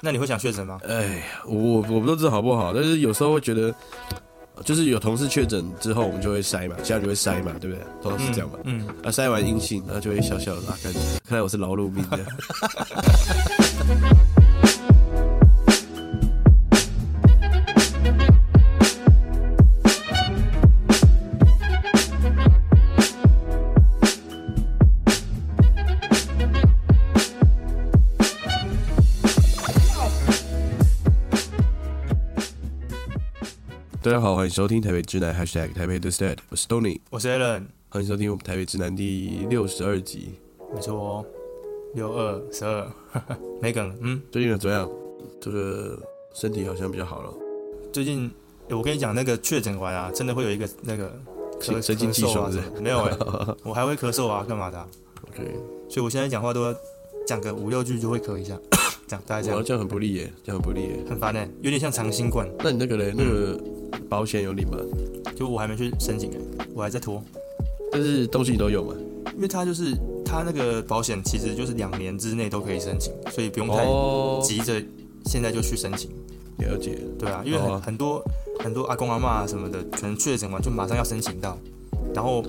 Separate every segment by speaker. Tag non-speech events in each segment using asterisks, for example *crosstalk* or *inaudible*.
Speaker 1: 那你会想确诊吗？
Speaker 2: 哎，我我不知道这好不好，但是有时候会觉得，呃就是有同事确诊之后，我们就会筛嘛，现在就会筛嘛，对不对？通常是这样嘛。
Speaker 1: 嗯，
Speaker 2: 啊，筛完阴性，那就会笑笑的啊，看，看来我是劳碌 *laughs* 命这样。大家好，欢迎收听台北之南 #hashtag 台北 The Stat，我是 Tony，
Speaker 1: 我是 Alan，
Speaker 2: 欢迎收听我们台北之南第六十二集。
Speaker 1: 没错哦，六二十二， *laughs* 没梗了。嗯，
Speaker 2: 最近的怎么样？这个身体好像比较好了，
Speaker 1: 最近诶我跟你讲，那个确诊完啊，真的会有一个那个咳
Speaker 2: 神神清
Speaker 1: 咳
Speaker 2: 气
Speaker 1: 嗽啊
Speaker 2: 爽是
Speaker 1: 什
Speaker 2: 不
Speaker 1: 么的，没有哎、
Speaker 2: *laughs*
Speaker 1: 我还会咳嗽啊，干嘛的啊、
Speaker 2: 是欸 OK，
Speaker 1: 所以我现在讲话都要讲个五六句就会咳一下， *coughs* 这样大家这
Speaker 2: 我要
Speaker 1: 样
Speaker 2: 这样很不利耶，这样很不利耶。
Speaker 1: 很烦哎、有点像长新冠。
Speaker 2: 那你那个嘞，那个保险有领吗？
Speaker 1: 就我还没去申请哎、我还在拖，
Speaker 2: 但是东西你都有嘛？
Speaker 1: 因为它就是它那个保险其实就是两年之内都可以申请，所以不用太
Speaker 2: 哦，
Speaker 1: 急着现在就去申请。
Speaker 2: 了解。
Speaker 1: 对啊，因为很、
Speaker 2: 哦啊
Speaker 1: 很多很多阿公阿妈什么的，可能确诊完就马上要申请到，然
Speaker 2: *laughs*
Speaker 1: 后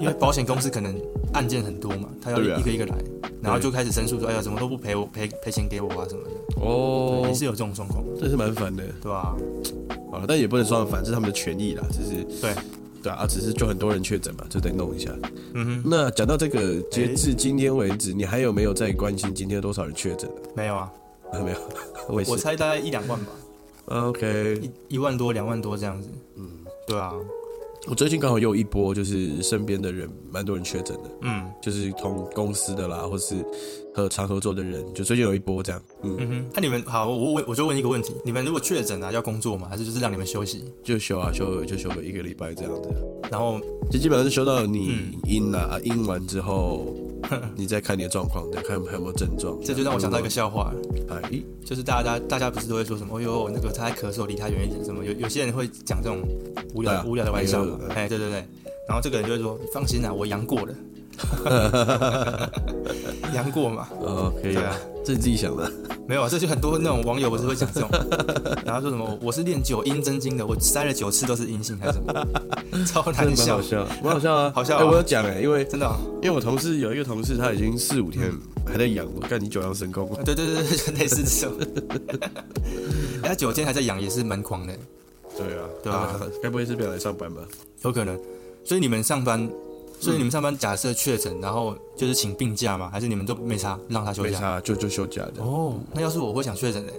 Speaker 1: 因为保险公司可能案件很多嘛，他要
Speaker 2: 对啊
Speaker 1: 一个一个来，然后就开始申诉说，哎呀，怎么都不赔我赔赔钱给我啊什么的，对
Speaker 2: 哦
Speaker 1: 也，是有这种状况，
Speaker 2: 这是蛮烦的。
Speaker 1: 对吧、
Speaker 2: 好了，但也不能说很烦，这是他们的权益啦，只是
Speaker 1: 对，
Speaker 2: 对啊，啊只是就很多人确诊嘛，就得弄一下。
Speaker 1: 嗯哼，
Speaker 2: 那讲到这个，截至今天为止，你还有没有在关心今天多少人确诊？
Speaker 1: 没有啊，
Speaker 2: 还 *laughs* 没有，我也
Speaker 1: 我
Speaker 2: 是。
Speaker 1: 猜大概一两万吧，
Speaker 2: OK，
Speaker 1: 一一万多两万多这样子，
Speaker 2: 嗯，
Speaker 1: 对啊，
Speaker 2: 我最近刚好又有一波，就是身边的人蛮多人确诊的，
Speaker 1: 嗯
Speaker 2: 就是同公司的啦，或是和常合作的人，就最近有一波这样，嗯，
Speaker 1: 嗯哼，那、你们好，我问我就问一个问题，你们如果确诊啊，要工作吗？还是就是让你们休息？
Speaker 2: 就休啊休，就休个一个礼拜这样子。
Speaker 1: 然后
Speaker 2: 就基本上是修到
Speaker 1: 嗯
Speaker 2: 你阴了、啊，阴完
Speaker 1: *laughs*
Speaker 2: 之后，你再看你的状况，再看还有没有症状。
Speaker 1: 这就让我想到一个笑话。
Speaker 2: 样哎，咦
Speaker 1: 就是大家大家不是都会说什么？哦呦，那个他在咳嗽，离他远一点。什么有有些人会讲这种无聊、
Speaker 2: 对啊
Speaker 1: 无聊的玩笑嘛
Speaker 2: 哎呦。
Speaker 1: 哎，对对对。然后这个人就会说：“你放心啦、我阳过了。”阳过嘛，
Speaker 2: 哦，可以
Speaker 1: 对
Speaker 2: 啊
Speaker 1: 啊，
Speaker 2: 这是自己想的。
Speaker 1: 没有啊，这就很多那种网友不是会讲这种，然后说什么我是练九阴真经的，我塞了九次都是阴性还是什么，超难
Speaker 2: 蛮
Speaker 1: 笑
Speaker 2: 好，笑，蛮好笑啊，
Speaker 1: *laughs* 好笑啊
Speaker 2: 哎我有讲哎，因为
Speaker 1: 真的、哦。
Speaker 2: 因为我同事有一个同事，他已经四五天还在养，我干你九阳神功，
Speaker 1: 嗯对啊对对对， *laughs* 就类似这种。哎他九天还在养也是蛮狂的，
Speaker 2: 对啊，
Speaker 1: 对啊，
Speaker 2: 该不会是不想来上班吧？
Speaker 1: 有可能。所以你们上
Speaker 2: 嗯
Speaker 1: 班，所以你们上班假设确诊，然后就是请病假吗？还是你们都没差，让他休
Speaker 2: 没
Speaker 1: 假？
Speaker 2: 差，啊嗯就就休假的。
Speaker 1: 哦，那要是我会想确诊的欸。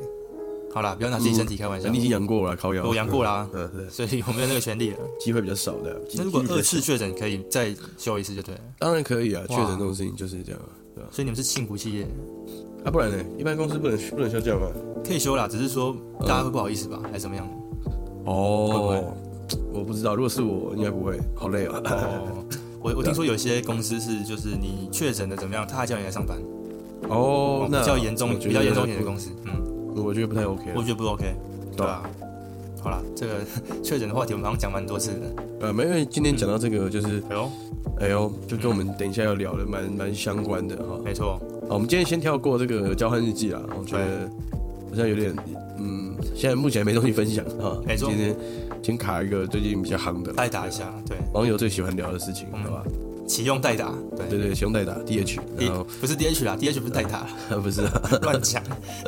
Speaker 1: 好啦，不要拿自己身体开玩笑。
Speaker 2: 哎你已经养过了，靠养，
Speaker 1: 我阳过啦、
Speaker 2: 嗯，对，
Speaker 1: 所以我没有那个权利
Speaker 2: *laughs*
Speaker 1: 了。
Speaker 2: 机会比较少的。
Speaker 1: 那如果
Speaker 2: 几率比较
Speaker 1: 二次确诊，可以再休一次就对了。
Speaker 2: 当然可以啊，确
Speaker 1: 哇
Speaker 2: 诊这种事情就是这样啊，对吧？
Speaker 1: 所以你们是幸福企业，
Speaker 2: 啊，不然呢？一般公司不能不能休假吗？
Speaker 1: 可以休啦，只是说
Speaker 2: 嗯
Speaker 1: 大家会不好意思吧，还是怎么
Speaker 2: *laughs*
Speaker 1: 样？
Speaker 2: 哦，我不知道，如果是我，应该不会，好累啊。 *laughs*
Speaker 1: 哦，我我听说有些公司是，就是你确诊的怎么样，他还叫你来上班，
Speaker 2: 哦，那
Speaker 1: 比较严重、
Speaker 2: 我觉得啊
Speaker 1: 比较严重一点的公司，嗯，
Speaker 2: 我觉得不太 OK
Speaker 1: 我
Speaker 2: 了。
Speaker 1: 觉得不 OK，对
Speaker 2: 对
Speaker 1: 啊。好啦，这个 *laughs* 确诊的话题我们好像讲蛮多次的，
Speaker 2: 呃，没，因为今天讲到这个，就是
Speaker 1: 哎呦，
Speaker 2: 哎呦，就跟我们等一下要聊的蛮蛮相关的哈。
Speaker 1: 没错，
Speaker 2: 好，我们今天先跳过这个交换日记啦，我觉得好像有点，嗯，现在目前没东西分享啊。
Speaker 1: 没错
Speaker 2: 今天先卡一个最近比较夯的，
Speaker 1: 代打一下，对，
Speaker 2: 网友最喜欢聊的事情，
Speaker 1: 嗯
Speaker 2: 好吧？
Speaker 1: 启用代打，对
Speaker 2: 对对，兄弟打 DH，
Speaker 1: ，D
Speaker 2: 然后
Speaker 1: 不是 DH 啦，DH 不是代打
Speaker 2: *laughs*
Speaker 1: 啦，
Speaker 2: 不是啊，
Speaker 1: 乱讲， *laughs*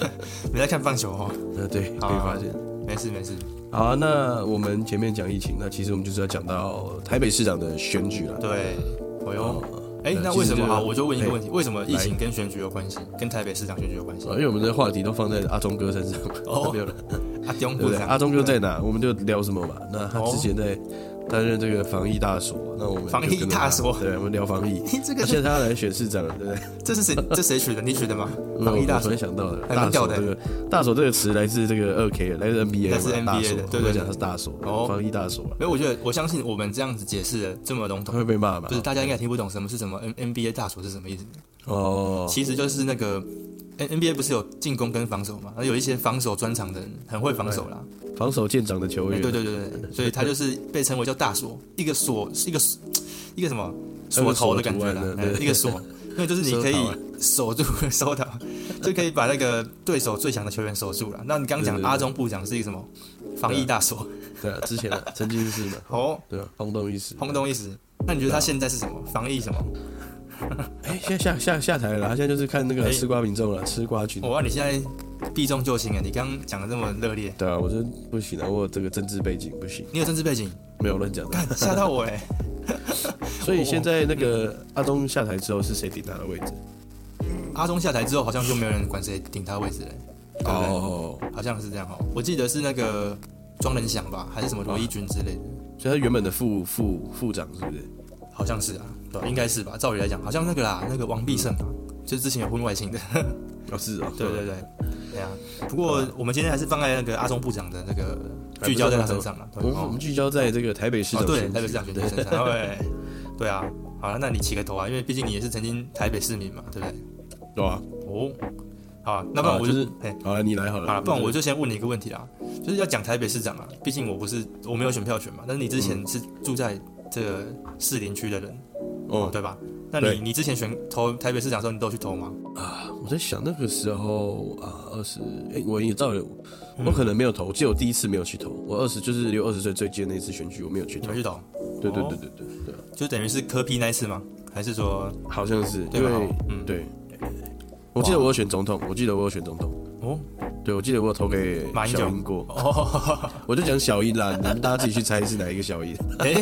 Speaker 1: 没在看棒球哦，
Speaker 2: 呃，对，可以
Speaker 1: 好啊
Speaker 2: 发现。
Speaker 1: 没事没事，
Speaker 2: 好、啊，那我们前面讲疫情，那其实我们就是要讲到台北市长的选举了。
Speaker 1: 对，哎呦，
Speaker 2: 哦，
Speaker 1: 哎，
Speaker 2: 呃
Speaker 1: 那
Speaker 2: 其
Speaker 1: 为
Speaker 2: 实
Speaker 1: 什么
Speaker 2: 就
Speaker 1: 好？我就问一个
Speaker 2: 哎哦
Speaker 1: 问题，为什么疫情跟选举有关系？跟台北市长选举有关系？
Speaker 2: 因为我们的话题都放在阿忠哥身上，
Speaker 1: 哦
Speaker 2: *laughs* 没有了，
Speaker 1: 阿中
Speaker 2: 对不
Speaker 1: 部
Speaker 2: 对？
Speaker 1: 长，
Speaker 2: 阿忠哥在哪，我们就聊什么嘛。那他
Speaker 1: 哦
Speaker 2: 之前在担任这个防疫大所，那我们
Speaker 1: *laughs*
Speaker 2: 就
Speaker 1: 防疫
Speaker 2: 跟着他
Speaker 1: 大所
Speaker 2: 对，我们聊防疫。
Speaker 1: *laughs* 你这
Speaker 2: 那
Speaker 1: 个
Speaker 2: 现在他来选市长了，对不对？
Speaker 1: 这
Speaker 2: *laughs*
Speaker 1: 是谁？这谁取的？你取的吗？
Speaker 2: 因
Speaker 1: *laughs*
Speaker 2: 为
Speaker 1: 防疫大
Speaker 2: 嗯我突
Speaker 1: 使
Speaker 2: 然想到的，
Speaker 1: 还
Speaker 2: 大
Speaker 1: 蛮屌
Speaker 2: 所
Speaker 1: 的
Speaker 2: 这个大所这个词来自这个二 K，来自 NBA，
Speaker 1: 来自
Speaker 2: 嘛
Speaker 1: NBA
Speaker 2: 大所
Speaker 1: 的对对
Speaker 2: 我
Speaker 1: 对
Speaker 2: 讲他是大所，
Speaker 1: 哦
Speaker 2: 防疫大所嘛，
Speaker 1: 没有，我觉得我相信我们这样子解释的这么笼
Speaker 2: 他
Speaker 1: 统，
Speaker 2: 会被骂嘛？
Speaker 1: 就是大家应该也听不懂什么是什么 N N B A 大锁是什么意思。
Speaker 2: 哦，
Speaker 1: 其实就是那个 N N B A 不是有进攻跟防守嘛，那有一些防守专长的人很会防守啦。
Speaker 2: 防守见长的球
Speaker 1: 哎
Speaker 2: 员，
Speaker 1: 对对对对，所以他就是被称为叫大锁，一个锁是一个锁一个什么
Speaker 2: 有
Speaker 1: 锁
Speaker 2: 个
Speaker 1: 头的感觉
Speaker 2: 锁
Speaker 1: 啦
Speaker 2: 图案，的
Speaker 1: 哎
Speaker 2: 对
Speaker 1: 一个锁，那就是你可以
Speaker 2: 收头
Speaker 1: 守住 *laughs*
Speaker 2: 啊
Speaker 1: 收到，就可以把那个对手最强的球员守住了。那你刚刚讲
Speaker 2: 对对对
Speaker 1: 阿中部长是一个什么防疫大手？
Speaker 2: 对啊，之前啊，曾经是嘛，
Speaker 1: 哦，
Speaker 2: 对啊，轰动一时，
Speaker 1: 轰动一时。那你
Speaker 2: 啊
Speaker 1: 觉得他现在是什么？防疫什么？
Speaker 2: 哎，现在下下下台了，他现在就是看那个
Speaker 1: 哎
Speaker 2: 吃瓜民众了，吃瓜群
Speaker 1: 我、。哦啊哇，你现在避重就轻啊！你刚刚讲的这么热烈，
Speaker 2: 对啊，我真不行啊，我有这个政治背景不行，
Speaker 1: 你有政治背景，
Speaker 2: 没有乱讲的。
Speaker 1: 看吓到我哎、
Speaker 2: 所以现在那个阿中下台之后是谁顶他的位置？
Speaker 1: 阿中下台之后，好像就没有人管谁顶他位置了、对不对
Speaker 2: 哦，
Speaker 1: 好像是这样哦。我记得是那个庄仁祥吧，还是什么罗一军之类的，
Speaker 2: 所以他原本的副副副长是不是？
Speaker 1: 好像是啊，对吧，应该是吧。照理来讲，好像那个啦，那个王必胜啊，就是之前有婚外情的，
Speaker 2: 哦，是哦，
Speaker 1: 对对对，对啊。不过我们今天还是放在那个阿中部长的那个聚焦在他身上了，对
Speaker 2: 我们我
Speaker 1: 哦
Speaker 2: 们聚焦在这个台北市
Speaker 1: 哦，
Speaker 2: 长
Speaker 1: 对，
Speaker 2: 选举，
Speaker 1: 台北市长选举身上，对，对啊。好了，那你起个头啊，因为毕竟你也是曾经台北市民嘛，对不对？
Speaker 2: 对啊，
Speaker 1: 哦，好啊，那不然我
Speaker 2: 啊就
Speaker 1: 就是哎，
Speaker 2: 好了，你来
Speaker 1: 好
Speaker 2: 好
Speaker 1: 了，
Speaker 2: 了，
Speaker 1: 不然我就先问你一个问题啦，就是要讲台北市长啊，毕竟我不是我没有选票权嘛，但是你之前是住在这个士林区的人，
Speaker 2: 哦，
Speaker 1: 对吧？那
Speaker 2: 对
Speaker 1: 你你之前选投台北市长的时候，你都有去投吗？
Speaker 2: 我在想那个时候啊，二十，哎，我也照理，我可能没有投，我记得我第一次没有去投，我二十就是留二十岁最近的那一次选举，我没有去
Speaker 1: 你
Speaker 2: 投
Speaker 1: 没，去投，哦
Speaker 2: 对对对对对对啊，
Speaker 1: 就等于是科批那一次吗？还是说，
Speaker 2: 好像是
Speaker 1: 对
Speaker 2: 因
Speaker 1: 吧
Speaker 2: 为
Speaker 1: 嗯
Speaker 2: 对，我记得我有选总统，我记得我有选总统，
Speaker 1: 哦
Speaker 2: 对我记得我有投给
Speaker 1: 马英九
Speaker 2: 小英过，
Speaker 1: 哦， *laughs*
Speaker 2: 我就讲小英啦，你们大家自己去猜是哪一个小英， *laughs*
Speaker 1: 哎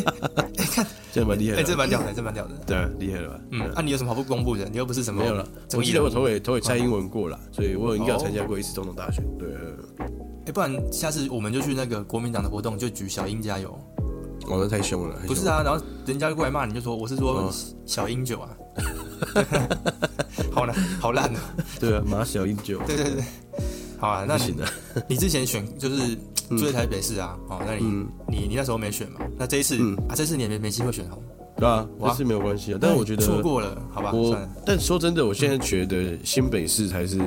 Speaker 2: 这样蛮厉害
Speaker 1: 哎，这
Speaker 2: 的吧，
Speaker 1: 蛮屌的，这蛮屌的。
Speaker 2: 对啊，厉害了吧？
Speaker 1: 嗯，哦那、你有什么好不公布的？你又不是什么
Speaker 2: 没有了，
Speaker 1: 争
Speaker 2: 我
Speaker 1: 议
Speaker 2: 记
Speaker 1: 人
Speaker 2: 得
Speaker 1: 物
Speaker 2: 我投给投给蔡
Speaker 1: 哦
Speaker 2: 英文过了，所以我应该有参加过一次总统大选。对，呃
Speaker 1: 哎，不然下次我们就去那个国民党的活动，就举小英加油。
Speaker 2: 我那太凶了，太凶了
Speaker 1: 不是，啊，然后人家过来骂你，就说我是说
Speaker 2: 哦
Speaker 1: 小英九啊， *laughs* 好难，好烂啊！
Speaker 2: 对啊，马小英九，
Speaker 1: 对对对，好啊，那
Speaker 2: 不
Speaker 1: 你 *laughs*
Speaker 2: 行的，
Speaker 1: 你之前选就是住在台北市啊，哦，那你
Speaker 2: 嗯
Speaker 1: 你你那时候没选嘛？那这一次
Speaker 2: 嗯
Speaker 1: 啊，这次你也没没机会选哦，
Speaker 2: 对啊，
Speaker 1: 哇
Speaker 2: 但是没有关系啊。但我觉得
Speaker 1: 错过了，好吧，
Speaker 2: 我
Speaker 1: 算了，，
Speaker 2: 但说真的，我现在觉得新北市才是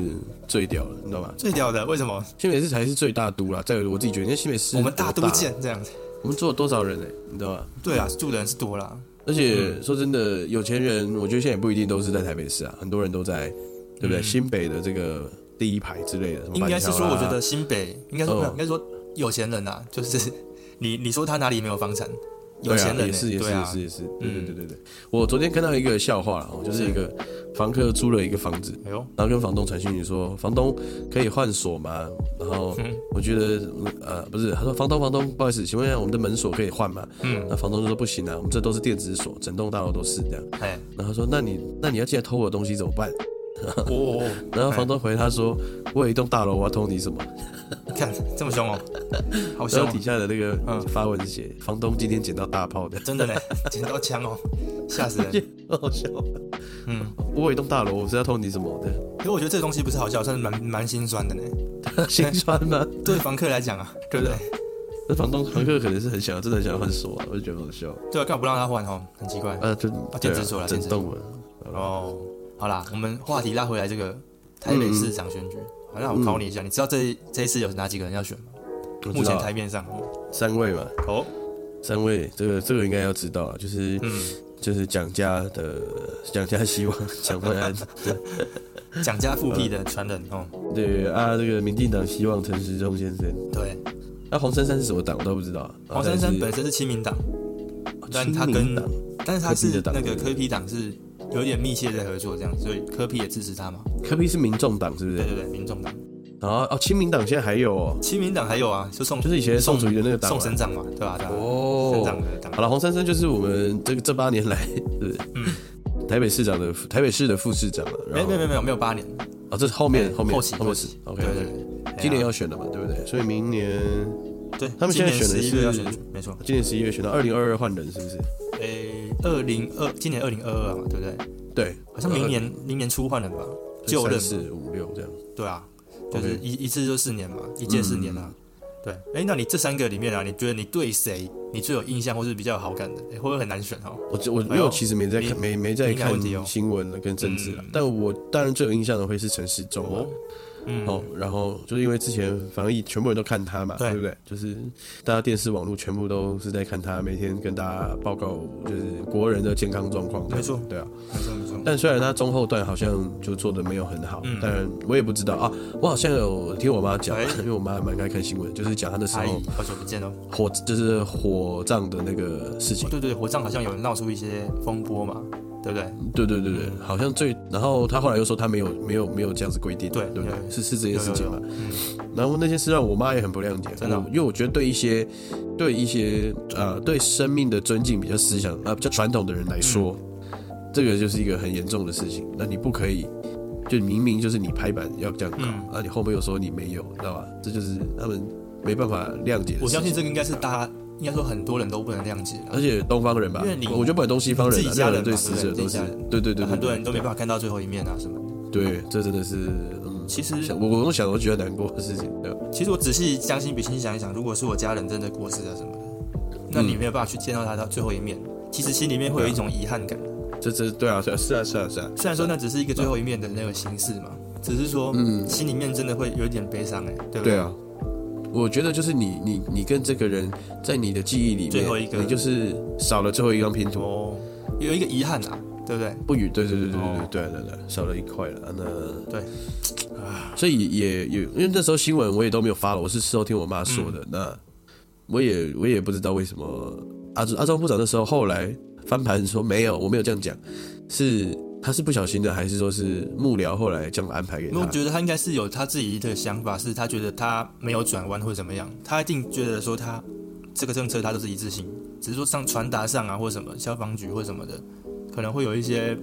Speaker 2: 最屌的，你知道吗？
Speaker 1: 最屌的为什么
Speaker 2: 新北市才是最大都啦，在我自己觉得，因为新北市
Speaker 1: 我们大都
Speaker 2: 多
Speaker 1: 见这样子？
Speaker 2: 我们做了多少人呢？欸你知道吗？
Speaker 1: 对啊，住的人是多了，
Speaker 2: 而且
Speaker 1: 嗯
Speaker 2: 说真的，有钱人我觉得现在也不一定都是在台北市啊，很多人都在，对不对？
Speaker 1: 嗯
Speaker 2: 新北的这个第一排之类的，什么
Speaker 1: 应该是
Speaker 2: 板桥啊
Speaker 1: 说
Speaker 2: 啦
Speaker 1: 我觉得新北应该说没有
Speaker 2: 哦
Speaker 1: 应该说有钱人啊，就是你你说他哪里没有房产？有
Speaker 2: 对
Speaker 1: 钱
Speaker 2: 啊、
Speaker 1: 人
Speaker 2: 也是
Speaker 1: 欸
Speaker 2: 也是
Speaker 1: 对
Speaker 2: 也
Speaker 1: 啊
Speaker 2: 是，也是，对对
Speaker 1: 嗯
Speaker 2: 对对对。我昨天看到一个笑话哦，就是一个房客租了一个房子，
Speaker 1: 哎呦，
Speaker 2: 然后跟房东传讯息说，房东可以换锁吗？然后
Speaker 1: 嗯
Speaker 2: 我觉得呃不是，他说房东房东，不好意思，请问一下我们的门锁可以换吗？
Speaker 1: 嗯，
Speaker 2: 那房东就说不行啊，我们这都是电子锁，整栋大楼都是这样。
Speaker 1: 哎，
Speaker 2: 然后他说那你那你要进来偷我的东西怎么办？
Speaker 1: 哦哦，哦
Speaker 2: 然后房东回他说我有一栋大楼，我要偷你什么？
Speaker 1: 看这么凶哦，好
Speaker 2: 然
Speaker 1: 凶、
Speaker 2: *laughs* 后
Speaker 1: 哦
Speaker 2: 底，下的那个
Speaker 1: 嗯
Speaker 2: 发文是写房东今天捡到大炮的，
Speaker 1: 真的呢，捡到枪哦，吓死
Speaker 2: *laughs*
Speaker 1: 人。
Speaker 2: 好笑。
Speaker 1: 嗯，
Speaker 2: 我有一栋大楼，我是要偷你什么的？ *laughs*
Speaker 1: 可是我觉得这个东西不是好笑，算是蛮蛮心酸的呢。
Speaker 2: 心酸吗？
Speaker 1: 对房客来讲啊，对不对？
Speaker 2: 那房东房客可能是很想，真的很想换锁啊，我就觉得很好笑。
Speaker 1: 对啊，干嘛不让他换哦？很奇怪。
Speaker 2: 啊，就
Speaker 1: 啊
Speaker 2: 对
Speaker 1: 电子锁啦
Speaker 2: 整
Speaker 1: 电子锁
Speaker 2: 栋啊了。
Speaker 1: 哦，好啦，我们话题拉回来这个台北市长选举。好，那我考你一下，你知道这这一次有哪几个人要选吗？
Speaker 2: 我
Speaker 1: 目
Speaker 2: 知道
Speaker 1: 前
Speaker 2: 啊
Speaker 1: 台面上，
Speaker 2: 三位嘛，
Speaker 1: 哦，
Speaker 2: 三位，这个这个应该要知道啊，就是
Speaker 1: 嗯，
Speaker 2: 就是蒋家的蒋家希望蒋万安，
Speaker 1: 蒋家复辟的传人哦，
Speaker 2: 对啊，这个民进党希望陈时中先生。
Speaker 1: 对，
Speaker 2: 那黄珊珊是什么党我都不知道啊。
Speaker 1: 黄珊珊
Speaker 2: 啊
Speaker 1: 呃本身是亲民党，但
Speaker 2: 但是
Speaker 1: 他
Speaker 2: 亲
Speaker 1: 跟
Speaker 2: 民党
Speaker 1: 但是他
Speaker 2: 柯 P
Speaker 1: 是
Speaker 2: 的党
Speaker 1: 那个科批党是有点密切在合作这样，所以科批也支持他嘛。
Speaker 2: 柯 P 是民众党是不
Speaker 1: 对
Speaker 2: 是？
Speaker 1: 对对，民众党、
Speaker 2: 然后哦，亲民党现在还有哦，
Speaker 1: 亲民党还有啊，就宋
Speaker 2: 就是以前宋楚瑜的那个党
Speaker 1: 宋
Speaker 2: 啊。
Speaker 1: 省长嘛，对吧？对吧？省
Speaker 2: 哦
Speaker 1: 长，的党
Speaker 2: 好，了，黄珊珊就是我们这个这八年来，对，台北市长的台北市的副市长了。啊
Speaker 1: 没
Speaker 2: 然
Speaker 1: 有嗯没
Speaker 2: 后
Speaker 1: 有没有没有没有八年，
Speaker 2: 哦，这是后面后面
Speaker 1: 后期
Speaker 2: 后面是
Speaker 1: 期
Speaker 2: OK，
Speaker 1: 对
Speaker 2: 对
Speaker 1: 对
Speaker 2: 对，
Speaker 1: 对，
Speaker 2: 今年
Speaker 1: 哎呀
Speaker 2: 要选的嘛，对不对？所以明年
Speaker 1: 对，
Speaker 2: 他们现在选的
Speaker 1: 十
Speaker 2: 是
Speaker 1: 一月要选举，没错，
Speaker 2: 今年十一月选到
Speaker 1: 啊
Speaker 2: 二零二二换人是不是？
Speaker 1: 诶，二零二今年二零二二嘛，对不对？
Speaker 2: 对，
Speaker 1: 好像明年明年初换人吧，就任
Speaker 2: 三四五六这样。
Speaker 1: 对啊，就是
Speaker 2: OK 嗯
Speaker 1: 一一次就四年嘛，一届四年啊。对，哎，那你这三个里面啊，你觉得你对谁你最有印象或是比较有好感的，诶会不会很难选哦？
Speaker 2: 我就我因
Speaker 1: 哎
Speaker 2: 为
Speaker 1: 呦
Speaker 2: 我其实没在看
Speaker 1: 敏
Speaker 2: 没没在
Speaker 1: 敏感
Speaker 2: 看
Speaker 1: 问题哦
Speaker 2: 新闻了跟政治了
Speaker 1: 嗯，
Speaker 2: 但我当然最有印象的会是陈时中啊
Speaker 1: 哦。嗯，
Speaker 2: 哦，然后就是因为之前防疫，全部人都看他嘛，
Speaker 1: 对
Speaker 2: 对不对？就是大家电视、网络全部都是在看他，每天跟大家报告就是国人的健康状况这样子，
Speaker 1: 没错
Speaker 2: 对啊。
Speaker 1: 没错没错，
Speaker 2: 但虽然他中后段好像就做的没有很好，但我也不知道啊。我好像有听我妈讲
Speaker 1: 嗯哎，
Speaker 2: 因为我妈蛮爱看新闻，就是讲她那时
Speaker 1: 阿
Speaker 2: 候
Speaker 1: 姨，好久不见哦。
Speaker 2: 火就是火葬的那个事情
Speaker 1: 哦，。对对，火葬好像有闹出一些风波嘛，对不对？
Speaker 2: 对对对对，好像最，然后他后来又说他没有没有没有这样子规定，
Speaker 1: 对
Speaker 2: 对不
Speaker 1: 有
Speaker 2: 对？是是这件
Speaker 1: 有
Speaker 2: 事
Speaker 1: 有
Speaker 2: 情嘛
Speaker 1: 有，？嗯，
Speaker 2: 然后那件事让我妈也很不谅解，
Speaker 1: 真的哦
Speaker 2: 我因为我觉得对一些对一些呃对生命的尊敬比较思想呃比较传统的人来说，
Speaker 1: 嗯
Speaker 2: 这个就是一个很严重的事情。那你不可以，就明明就是你拍板要这样搞，
Speaker 1: 嗯
Speaker 2: 啊，你后面又说你没有，知道吧？这就是他们没办法谅解的
Speaker 1: 我
Speaker 2: 事
Speaker 1: 相信
Speaker 2: 情。
Speaker 1: 这个应该是大家，应该说很多人都不能谅解啊
Speaker 2: 而且东方人吧
Speaker 1: 因为你，
Speaker 2: 我觉得不管东西方人、
Speaker 1: 自
Speaker 2: 啊，
Speaker 1: 己
Speaker 2: 任
Speaker 1: 家
Speaker 2: 何
Speaker 1: 人嘛
Speaker 2: 对死者
Speaker 1: 对
Speaker 2: 都
Speaker 1: 不对自己
Speaker 2: 是
Speaker 1: 家人
Speaker 2: 对对对，
Speaker 1: 很多
Speaker 2: 对
Speaker 1: 人都没办法看到最后一面啊什么的。
Speaker 2: 对，这真的是嗯，
Speaker 1: 其实
Speaker 2: 想我我都想我都觉得难过的事情。对吧
Speaker 1: 其实我仔细将心比心想一想，如果是我家人真的过世了什么的，那你没有办法去见到他到最后一面，其实心里面会有一种遗憾感。
Speaker 2: 这这对啊，是啊是啊是啊是啊，
Speaker 1: 虽然说那只是一个最后一面的那个形式嘛，只是说，心里面真的会有一点悲伤哎、对不
Speaker 2: 对？啊，我觉得就是你你你跟这个人在你的记忆里面，
Speaker 1: 最后一个
Speaker 2: 你就是少了最后一张拼图，啊
Speaker 1: 哦，有一个遗憾啊，对不对？
Speaker 2: 不语，对对对对
Speaker 1: 哦
Speaker 2: 对对对对，少了一块了。啊那
Speaker 1: 对，
Speaker 2: 所以也也因为那时候新闻我也都没有发了，我是事后听我妈说
Speaker 1: 嗯
Speaker 2: 的。那我也我也不知道为什么阿阿庄部长那时候后来翻盘说没有，我没有这样讲，是他是不小心的，还是说是幕僚后来这样安排给
Speaker 1: 那我
Speaker 2: 他？
Speaker 1: 觉得他应该是有他自己的想法，是他觉得他没有转弯或者怎么样，他一定觉得说他这个政策他都是一致性，只是说上传达上啊或什么消防局或什么的，可能会有一些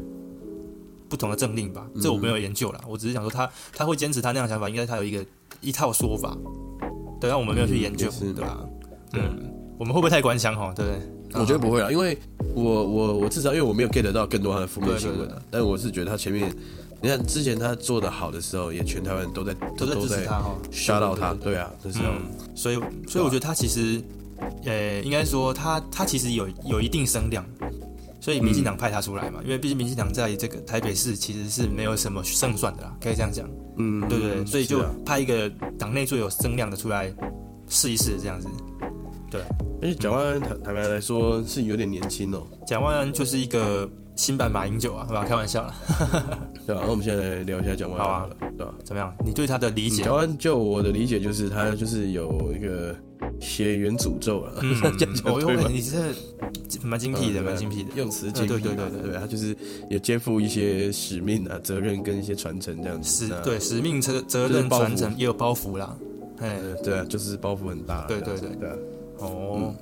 Speaker 1: 不同的政令吧。
Speaker 2: 嗯
Speaker 1: 这我没有研究啦，我只是想说他他会坚持他那样的想法，应该他有一个一套说法。对，啊但我们没有去研究，
Speaker 2: 嗯也是
Speaker 1: 对吧？嗯，我们会不会太官腔哦哈？对不对？啊
Speaker 2: 我觉得不会啦，因为我我我至少因为我没有 get 到更多他的负面新闻
Speaker 1: 对对
Speaker 2: 啊，但我是觉得他前面，你看之前他做的好的时候，也全台湾都在
Speaker 1: 都在支持他哦哈。
Speaker 2: 刷到他，对啊，那时候
Speaker 1: 嗯，所以所以我觉得他其实，呃，应该说他他其实有有一定声量，所以民
Speaker 2: 嗯
Speaker 1: 进党派他出来嘛，因为毕竟民进党在这个台北市其实是没有什么胜算的啦，可以这样讲，
Speaker 2: 嗯，
Speaker 1: 对不对？所以就是
Speaker 2: 啊
Speaker 1: 派一个党内最有声量的出来试一试，这样子。
Speaker 2: 而且蒋万安哎坦坦白来说是有点年轻哦，
Speaker 1: 蒋万安就是一个新版马英九啊，好吧，开玩笑啦，
Speaker 2: 对吧？那我们现在来聊一下蒋万安
Speaker 1: 好啊
Speaker 2: 好了，对吧？
Speaker 1: 怎么样？你对他的理解？ *laughs*
Speaker 2: 蒋万安就我的理解就是他就是有一个血缘诅咒啊了， *laughs*
Speaker 1: 嗯
Speaker 2: 这样，讲
Speaker 1: 我
Speaker 2: 对
Speaker 1: 用
Speaker 2: 吧？
Speaker 1: 你这蛮精辟的，
Speaker 2: 嗯
Speaker 1: 蛮精辟的。
Speaker 2: 用词精辟嘛，啊
Speaker 1: 嗯对对对对
Speaker 2: 对，他就是也肩负一些使命啊、责任跟一些传承这样子。
Speaker 1: 使
Speaker 2: 那
Speaker 1: 对使命责责
Speaker 2: 啊就是
Speaker 1: 任
Speaker 2: 包袱
Speaker 1: 传承也有包袱啦，哎，
Speaker 2: 呃，对啊，就是包袱很大。
Speaker 1: 对对
Speaker 2: 这样子对啊，
Speaker 1: 哦，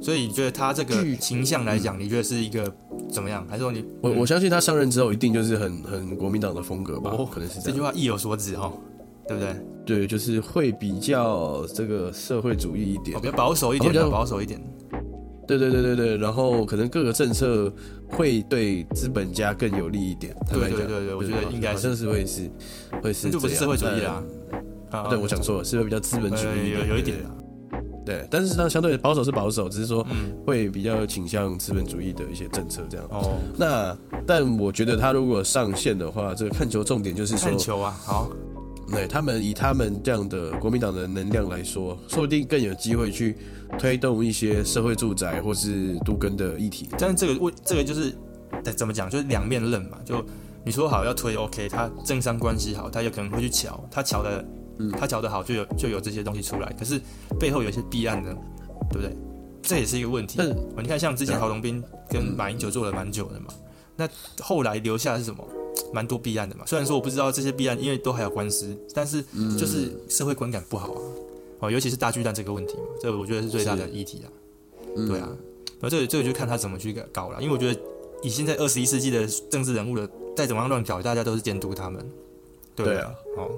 Speaker 1: 所以你觉得他这个
Speaker 2: 据
Speaker 1: 形象来讲，你觉得是一个怎么样？还是说你嗯
Speaker 2: 我我相信他上任之后一定就是很很国民党的风格吧，
Speaker 1: 哦
Speaker 2: 可能是这
Speaker 1: 这句
Speaker 2: 样。
Speaker 1: 话意有所指哦，对不对？
Speaker 2: 对，就是会比较这个社会主义一点
Speaker 1: 哦，比。较保守一点
Speaker 2: 哦比
Speaker 1: 吧，
Speaker 2: 较
Speaker 1: 保守一点。
Speaker 2: 对对对对对，然后可能各个政策会对资本家更有利一点。坦白
Speaker 1: 对对
Speaker 2: 讲
Speaker 1: 对对，我觉得
Speaker 2: 好
Speaker 1: 应该
Speaker 2: 好
Speaker 1: 是，
Speaker 2: 像是会是会是
Speaker 1: 这就不是
Speaker 2: 这
Speaker 1: 社
Speaker 2: 样
Speaker 1: 会主义啦。。啊
Speaker 2: 但对，我想说是会比较资本主
Speaker 1: 呃
Speaker 2: 义，
Speaker 1: 有有一点啦。
Speaker 2: 对。对，但是它相对保守是保守，只是说
Speaker 1: 嗯，
Speaker 2: 会比较倾向资本主义的一些政策这样。
Speaker 1: 哦，
Speaker 2: 那但我觉得他如果上线的话，这个看球重点就是说
Speaker 1: 看，球啊，好，
Speaker 2: 对他们以他们这样的国民党的能量来说，说不定更有机会去推动一些社会住宅或是都根的议题。
Speaker 1: 但是这个问这个就是呃怎么讲，就是两面刃嘛。就你说好要推 OK，他政商关系好，他有可能会去瞧，他瞧的，他瞧的好就有就有这些东西出来。可是背后有一些弊案呢，对不对？这也是一个问题。
Speaker 2: 但
Speaker 1: 哦你看，像之前
Speaker 2: 对啊
Speaker 1: 郝龙斌跟马英九做了蛮久的嘛，那后来留下的是什么？蛮多弊案的嘛。虽然说我不知道这些弊案，因为都还有官司，但是就是社会观感不好啊。哦，尤其是大巨蛋这个问题嘛，这我觉得是最大的议题啊。
Speaker 2: 嗯
Speaker 1: 对啊，然后这个这个就看他怎么去搞了，因为我觉得以现在二十一世纪的政治人物的再怎么样乱搞，大家都是监督他们。对不
Speaker 2: 对啊，
Speaker 1: 哦，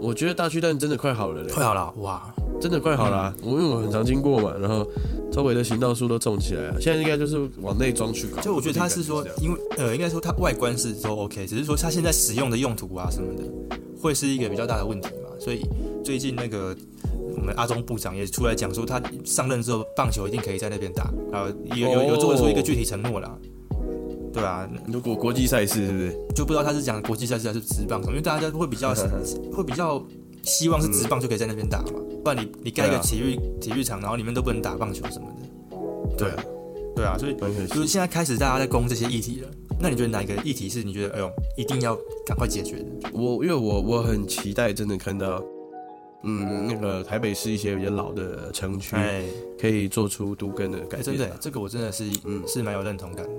Speaker 2: 我觉得大巨蛋真的快好了嘞，
Speaker 1: 快好了，哇，
Speaker 2: 真的快好了啊、我因为我很常经过嘛，然后周围的行道树都种起来了，现在应该就是往内装去搞。
Speaker 1: 就我觉得他是
Speaker 2: 我
Speaker 1: 说
Speaker 2: 自己感觉这，样
Speaker 1: 因为呃，应该说它外观是都 OK，只是说它现在使用的用途啊什么的，会是一个比较大的问题嘛。所以最近那个我们阿中部长也出来讲说，他上任之后棒球一定可以在那边打，啊，有有有做出一个具体承诺啦。对啊，
Speaker 2: 如果国际赛事是不是？
Speaker 1: 就不知道他是讲国际赛事还是职棒什么，因为大家会比较会比较希望是职棒就可以在那边打嘛，不然你你盖一
Speaker 2: 对
Speaker 1: 个
Speaker 2: 啊
Speaker 1: 体育、体育场，然后里面都不能打棒球什么的，
Speaker 2: 对啊，
Speaker 1: 对啊，所以
Speaker 2: 蛮可惜
Speaker 1: 就。是现在开始大家在攻这些议题了。那你觉得哪一个议题是你觉得哎呦一定要赶快解决的？
Speaker 2: 我因为我我很期待真的看到，嗯，那个台北市一些比较老的城区
Speaker 1: 哎、
Speaker 2: 可以做出都更的改
Speaker 1: 哎
Speaker 2: 变、啊
Speaker 1: 真的，这个我真的是、
Speaker 2: 嗯
Speaker 1: 是蛮有认同感的。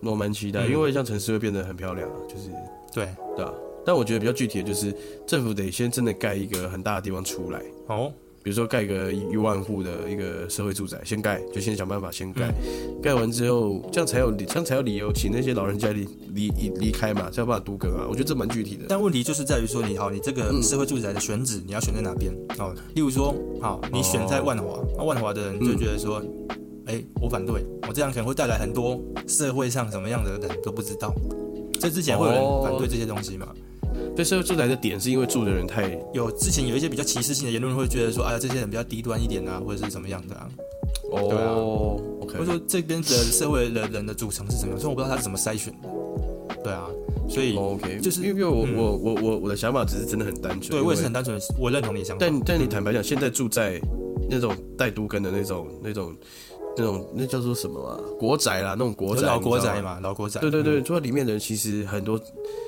Speaker 2: 我蛮期待，
Speaker 1: 嗯
Speaker 2: 因为像城市会变得很漂亮啊，就是
Speaker 1: 对，
Speaker 2: 对啊。但我觉得比较具体的就是，政府得先真的盖一个很大的地方出来，
Speaker 1: 哦，
Speaker 2: 比如说盖个一一万户的一个社会住宅，先盖，就先想办法先盖，盖完之后，这样才有理，这样才有理由请那些老人家离离离离开嘛，才有办法都更啊。我觉得这蛮具体的。
Speaker 1: 但问题就是在于说，你好，你这
Speaker 2: 嗯
Speaker 1: 个社会住宅的选址，你要选在哪边？哦，例如说，好，你选
Speaker 2: 哦
Speaker 1: 在万华，那、万华的人
Speaker 2: 嗯
Speaker 1: 就觉得说，哎、我反对，我这样可能会带来很多社会上什么样的人都不知道。这之前会有人
Speaker 2: 哦
Speaker 1: 反对这些东西嘛？
Speaker 2: 对社会住宅的点是因为住的人太
Speaker 1: 有之前有一些比较歧视性的言论，会觉得说，哎、呀，这些人比较低端一点啊，或者是怎么样的啊？对啊
Speaker 2: 哦，OK，
Speaker 1: 或者说这边的社会的人的组成是怎么样？虽然我不知道他是怎么筛选的，对啊，所以、
Speaker 2: 哦 OK，
Speaker 1: 就是
Speaker 2: 因为因为我、
Speaker 1: 嗯
Speaker 2: 我我我我的想法只是真的很单纯，
Speaker 1: 对
Speaker 2: 因
Speaker 1: 我
Speaker 2: 为
Speaker 1: 也是很单纯，我认同你的想法。
Speaker 2: 但但你坦白讲，现在住在那种带都根的那种那种那种那叫做什么啊？国宅啦，那种国
Speaker 1: 有
Speaker 2: 宅，
Speaker 1: 老
Speaker 2: 你知
Speaker 1: 国
Speaker 2: 道
Speaker 1: 宅
Speaker 2: 吗。
Speaker 1: 嘛，老国宅，
Speaker 2: 对对
Speaker 1: 嗯
Speaker 2: 对，住在里面的人其实很多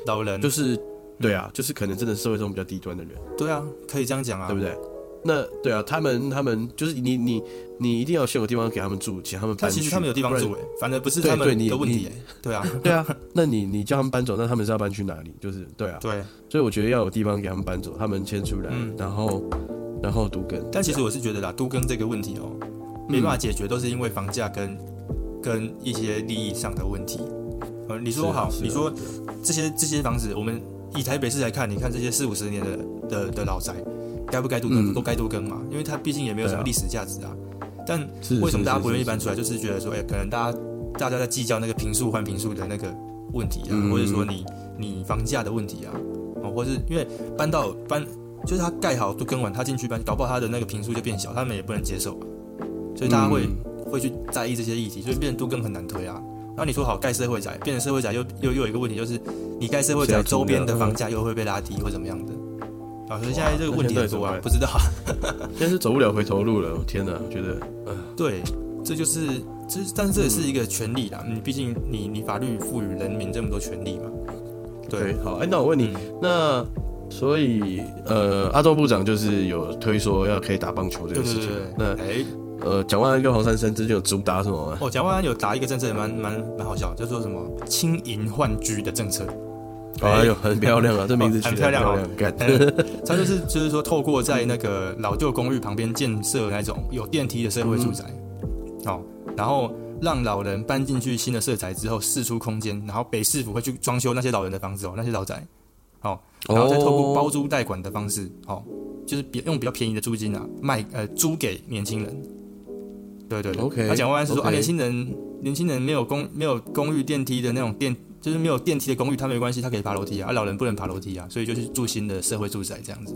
Speaker 1: 老人
Speaker 2: 就是对啊，就是可能真的社会中比较低端的人，
Speaker 1: 对啊，可以这样讲啊，
Speaker 2: 对不？对？那对啊，他们他们就是你你你一定要先有地方给他们住，请他们
Speaker 1: 他
Speaker 2: 搬去。
Speaker 1: 其实他们有地方住诶，反正不是
Speaker 2: 对
Speaker 1: 他们
Speaker 2: 对你
Speaker 1: 的问题
Speaker 2: 你
Speaker 1: 诶。对啊，
Speaker 2: *laughs* 不然。
Speaker 1: *laughs*
Speaker 2: 对啊，那你你叫他们搬走，那他们是要搬去哪里？就是对啊，
Speaker 1: 对。
Speaker 2: 所以我觉得要有地方给他们搬走，他们迁出来，
Speaker 1: 嗯
Speaker 2: 然后然后独根。
Speaker 1: 但其实我是觉得啦，都跟这个问题哦，没办法解决，都是因为房价跟跟一些利益上的问题。呃，你
Speaker 2: 是
Speaker 1: 说
Speaker 2: 啊
Speaker 1: 好
Speaker 2: 是，啊
Speaker 1: 你说这些这些房子，我们以台北市来看，你看这些四五十年的的的老宅，该不该都更？
Speaker 2: 嗯
Speaker 1: 都该都更嘛，因为它毕竟也没有什么
Speaker 2: 对啊
Speaker 1: 历史价值啊。但
Speaker 2: 是啊
Speaker 1: 为什么
Speaker 2: 是
Speaker 1: 大家
Speaker 2: 是
Speaker 1: 不愿意
Speaker 2: 是
Speaker 1: 搬出来？就是觉得说，哎、可能大家大家在计较那个平数换平数的那个问题啊，
Speaker 2: 嗯
Speaker 1: 或者说你你房价的问题啊，哦，或是因为搬到搬就是他盖好都更完，他进去搬，搞不好他的那个平数就变小，他们也不能接受啊，所以大家会、
Speaker 2: 嗯
Speaker 1: 会去在意这些议题，所以变成都更很难推啊。那你说好盖社会宅，变成社会宅又又又有一个问题，就是你盖社会
Speaker 2: 谁
Speaker 1: 宅
Speaker 2: 要租
Speaker 1: 周边的
Speaker 2: 呢
Speaker 1: 房价又会被拉低或怎么样的。啊，所以现在这个
Speaker 2: 那
Speaker 1: 问题
Speaker 2: 现在
Speaker 1: 很
Speaker 2: 怎
Speaker 1: 多
Speaker 2: 么
Speaker 1: 啊，
Speaker 2: 办
Speaker 1: 不知道啊。
Speaker 2: 但是走不了回头路了，我天哪，我觉得，呃，
Speaker 1: 对，这就是，这但是这也是一个权利啦。你毕竟你你法律赋予人民这么多权利嘛。对，嗯
Speaker 2: 好，哎、那我问你，那所以，呃，阿周部长就是有推说要可以打棒球这
Speaker 1: 对
Speaker 2: 个
Speaker 1: 对
Speaker 2: 事
Speaker 1: 对
Speaker 2: 情，
Speaker 1: 对。哎，
Speaker 2: 那呃，蒋万安跟黄珊珊之间有主打什么吗？
Speaker 1: 哦，蒋万安有打一个政策也蛮蛮蛮好笑，叫做什么“轻盈换居”的政策。哎
Speaker 2: 哎呦，很漂亮啊，这名字取得
Speaker 1: 很漂亮哦
Speaker 2: 亮，干， *laughs*
Speaker 1: 它就是就是说，透过在那个老旧公寓旁边建设那种有电梯的社会住宅，哦，然后让老人搬进去新的社宅之后，释出空间，然后北市府会去装修那些老人的房子哦，那些老宅，然后再透过包
Speaker 2: 哦
Speaker 1: 租代管的方式，哦，就是比用比较便宜的租金啊，卖呃租给年轻人。对对对
Speaker 2: OK，
Speaker 1: 他讲完是说
Speaker 2: OK
Speaker 1: 啊，年轻人年轻人没有公没有公寓电梯的那种电，就是没有电梯的公寓，他没关系，他可以爬楼梯啊，啊老人不能爬楼梯啊，所以就去住新的社会住宅这样子。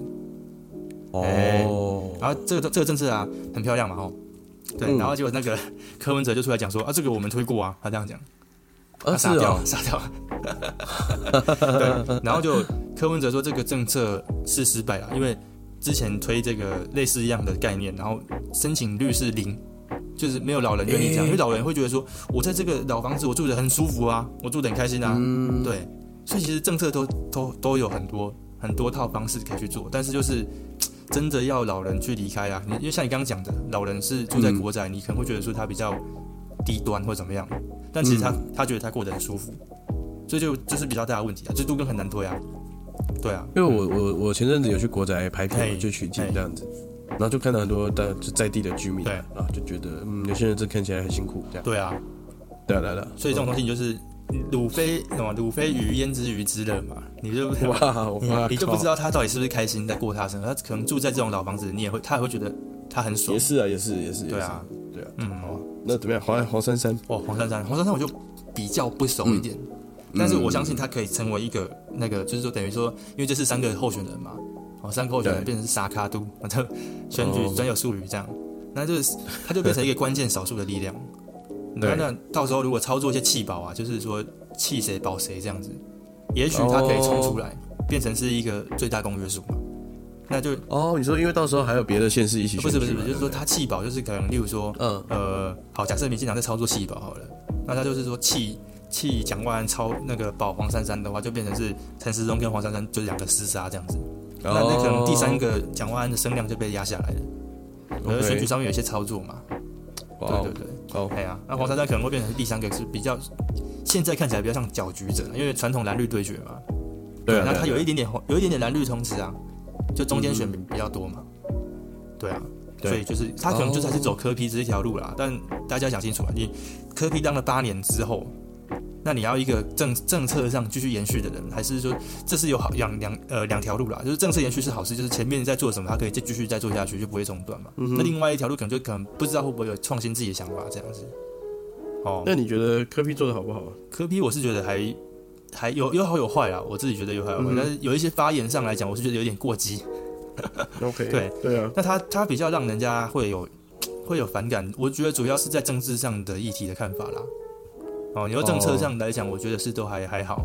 Speaker 1: 哎
Speaker 2: 哦，
Speaker 1: 然后这个这个政策啊，很漂亮嘛哦。对，
Speaker 2: 嗯
Speaker 1: 然后结果那个 *laughs* 柯文哲就出来讲说啊，这个我们推过啊，他这样讲，
Speaker 2: 啊
Speaker 1: 他
Speaker 2: 是
Speaker 1: 傻掉
Speaker 2: 哦
Speaker 1: 了，，傻掉了。 *laughs* 对，然后就柯文哲说这个政策是失败了，因为之前推这个类似一样的概念，然后申请率是零，就是没有老人愿意这样，
Speaker 2: 诶
Speaker 1: 因为老人会觉得说，我在这个老房子我住得很舒服啊，我住得很开心啊，
Speaker 2: 嗯，
Speaker 1: 对，所以其实政策都都都有很多很多套方式可以去做，但是就是嘖真的要老人去离开啊，你因为像你刚刚讲的，老人是住在
Speaker 2: 嗯
Speaker 1: 国宅，你可能会觉得说他比较低端或怎么样，但其实他、
Speaker 2: 嗯
Speaker 1: 他觉得他过得很舒服，所以就就是比较大的问题啊，这都跟很难推啊，对啊，
Speaker 2: 因为我我我前阵子有去国宅拍
Speaker 1: 哎
Speaker 2: 片，就取景
Speaker 1: 哎
Speaker 2: 这样子，然后就看到很多在就在地的居民，
Speaker 1: 对
Speaker 2: 啊，就觉得嗯，有些人这看起来很辛苦，这样，
Speaker 1: 对啊，
Speaker 2: 对啊对啊对啊，
Speaker 1: 所以这种东西你就是鲁非什么鲁非鱼焉知鱼之乐嘛，你就
Speaker 2: 嗯哇，我
Speaker 1: 你
Speaker 2: 靠
Speaker 1: 你就不知道他到底是不是开心在过他的生活，他可能住在这种老房子，你也会他也会觉得他很爽
Speaker 2: 也，是啊，也是也是，
Speaker 1: 对啊，
Speaker 2: 也是，对啊，
Speaker 1: 嗯。
Speaker 2: 好啊，那怎么样？黄黄珊珊，
Speaker 1: 哦，黄珊珊，黄珊珊我就比较不熟一点，
Speaker 2: 嗯
Speaker 1: 但是我相信她可以成为一个那个，就是说等于说，因为这是三个候选人嘛，哦，三个候选人
Speaker 2: 对
Speaker 1: 变成是沙卡都，反正选举
Speaker 2: 哦
Speaker 1: 专有术语这样，那就是她就变成一个关键少数的力量。
Speaker 2: *laughs* 对
Speaker 1: 那那到时候如果操作一些弃保啊，就是说弃谁保谁这样子，也许他可以冲出来，变成是一个最大公约数嘛。那就
Speaker 2: 哦，你说因为到时候还有别的县市一起
Speaker 1: 不
Speaker 2: 选举
Speaker 1: 是
Speaker 2: 嘛，
Speaker 1: 不是不是，就
Speaker 2: 对
Speaker 1: 是
Speaker 2: 对
Speaker 1: 说他弃保就是可能，例如说，
Speaker 2: 嗯
Speaker 1: 呃，好，假设民进党在操作弃保好了，那他就是说弃弃蒋万安超那个保黄珊珊的话，就变成是陈时中跟黄珊珊就两个厮杀这样子，
Speaker 2: 哦
Speaker 1: 那那可能第三个蒋万安的声量就被压下来了。而
Speaker 2: 哦 OK
Speaker 1: 选举上面有一些操作嘛，
Speaker 2: 哦
Speaker 1: 对对对，
Speaker 2: 好
Speaker 1: 哎呀，那黄珊珊可能会变成第三个是比较，现在看起来比较像搅局者，因为传统蓝绿对决嘛，
Speaker 2: 对啊，
Speaker 1: 那他有
Speaker 2: 一
Speaker 1: 一点点红，有一点点蓝绿通吃啊，就中间选民比较多嘛，对啊，
Speaker 2: 对哦
Speaker 1: 所以就是他可能就是还是走柯批这一条路啦，但大家想清楚啊，你柯批当了八年之后，那你要一个政政策上继续延续的人，还是说这是有好两两呃两条路啦，就是政策延续是好事，就是前面在做什么，他可以再继续再做下去，就不会中断嘛。
Speaker 2: 嗯
Speaker 1: 那另外一条路可能就可能不知道会不会有创新自己的想法这样子。哦，
Speaker 2: 那你觉得科比做的好不好？啊
Speaker 1: 科比我是觉得还还有有好有坏啦，我自己觉得有好有坏，
Speaker 2: 嗯
Speaker 1: 但是有一些发言上来讲，我是觉得有点过激。
Speaker 2: OK，
Speaker 1: 对
Speaker 2: 对啊，
Speaker 1: 那他他比较让人家会有会有反感，我觉得主要是在政治上的议题的看法啦。哦，你说政策上来讲，我觉得是都还还好，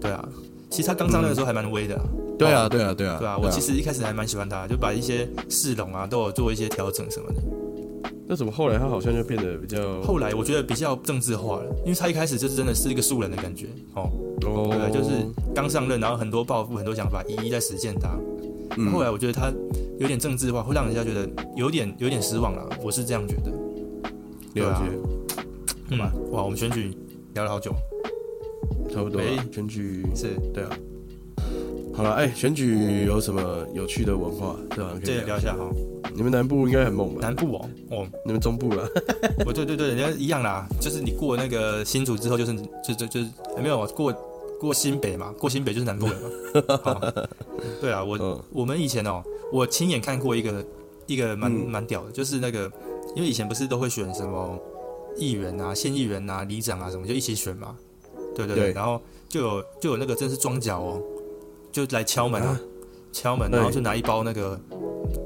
Speaker 1: 对啊。其实他刚上任的时候还蛮威的、啊，
Speaker 2: 对啊，对啊，对啊，
Speaker 1: 对啊。我其实一开始还蛮喜欢他，就把一些市容啊都有做一些调整什么的。
Speaker 2: 那怎么后来他好像就变得比较
Speaker 1: 后来我觉得比较政治化了，因为他一开始就是真的是一个素人的感觉哦，
Speaker 2: 哦
Speaker 1: 对，就是刚上任，然后很多抱负、很多想法，一一在实践它。
Speaker 2: 嗯
Speaker 1: 后来我觉得他有点政治化，会让人家觉得有点有点失望了。我是这样觉得，对
Speaker 2: 了
Speaker 1: 啊
Speaker 2: 解，
Speaker 1: 好吧？
Speaker 2: 嗯
Speaker 1: 哇，我们选举聊了好久，
Speaker 2: 差不多啊
Speaker 1: 哎
Speaker 2: 选举
Speaker 1: 是
Speaker 2: 对啊。好了，哎，选举有什么有趣的文化？对吧？可以
Speaker 1: 这聊一下哈。
Speaker 2: 你们南部应该很猛吧？
Speaker 1: 南部哦，哦，
Speaker 2: 你们中部啊啦，
Speaker 1: 我对对对，人家一样啦，就是你过那个新竹之后、就是，就就就是没有过过新北嘛，过新北就是南部了
Speaker 2: *laughs*
Speaker 1: 嘛。好对啊，我
Speaker 2: 嗯，
Speaker 1: 我们以前哦，我亲眼看过一个一个蛮
Speaker 2: 嗯
Speaker 1: 蛮屌的，就是那个，因为以前不是都会选什么议员啊、县议员啊、里长啊什么，就一起选嘛，对对对，
Speaker 2: 对
Speaker 1: 然后就有就有那个真是装脚哦，就来敲门啊，
Speaker 2: 啊
Speaker 1: 敲门，
Speaker 2: 对
Speaker 1: 然后就拿一包那个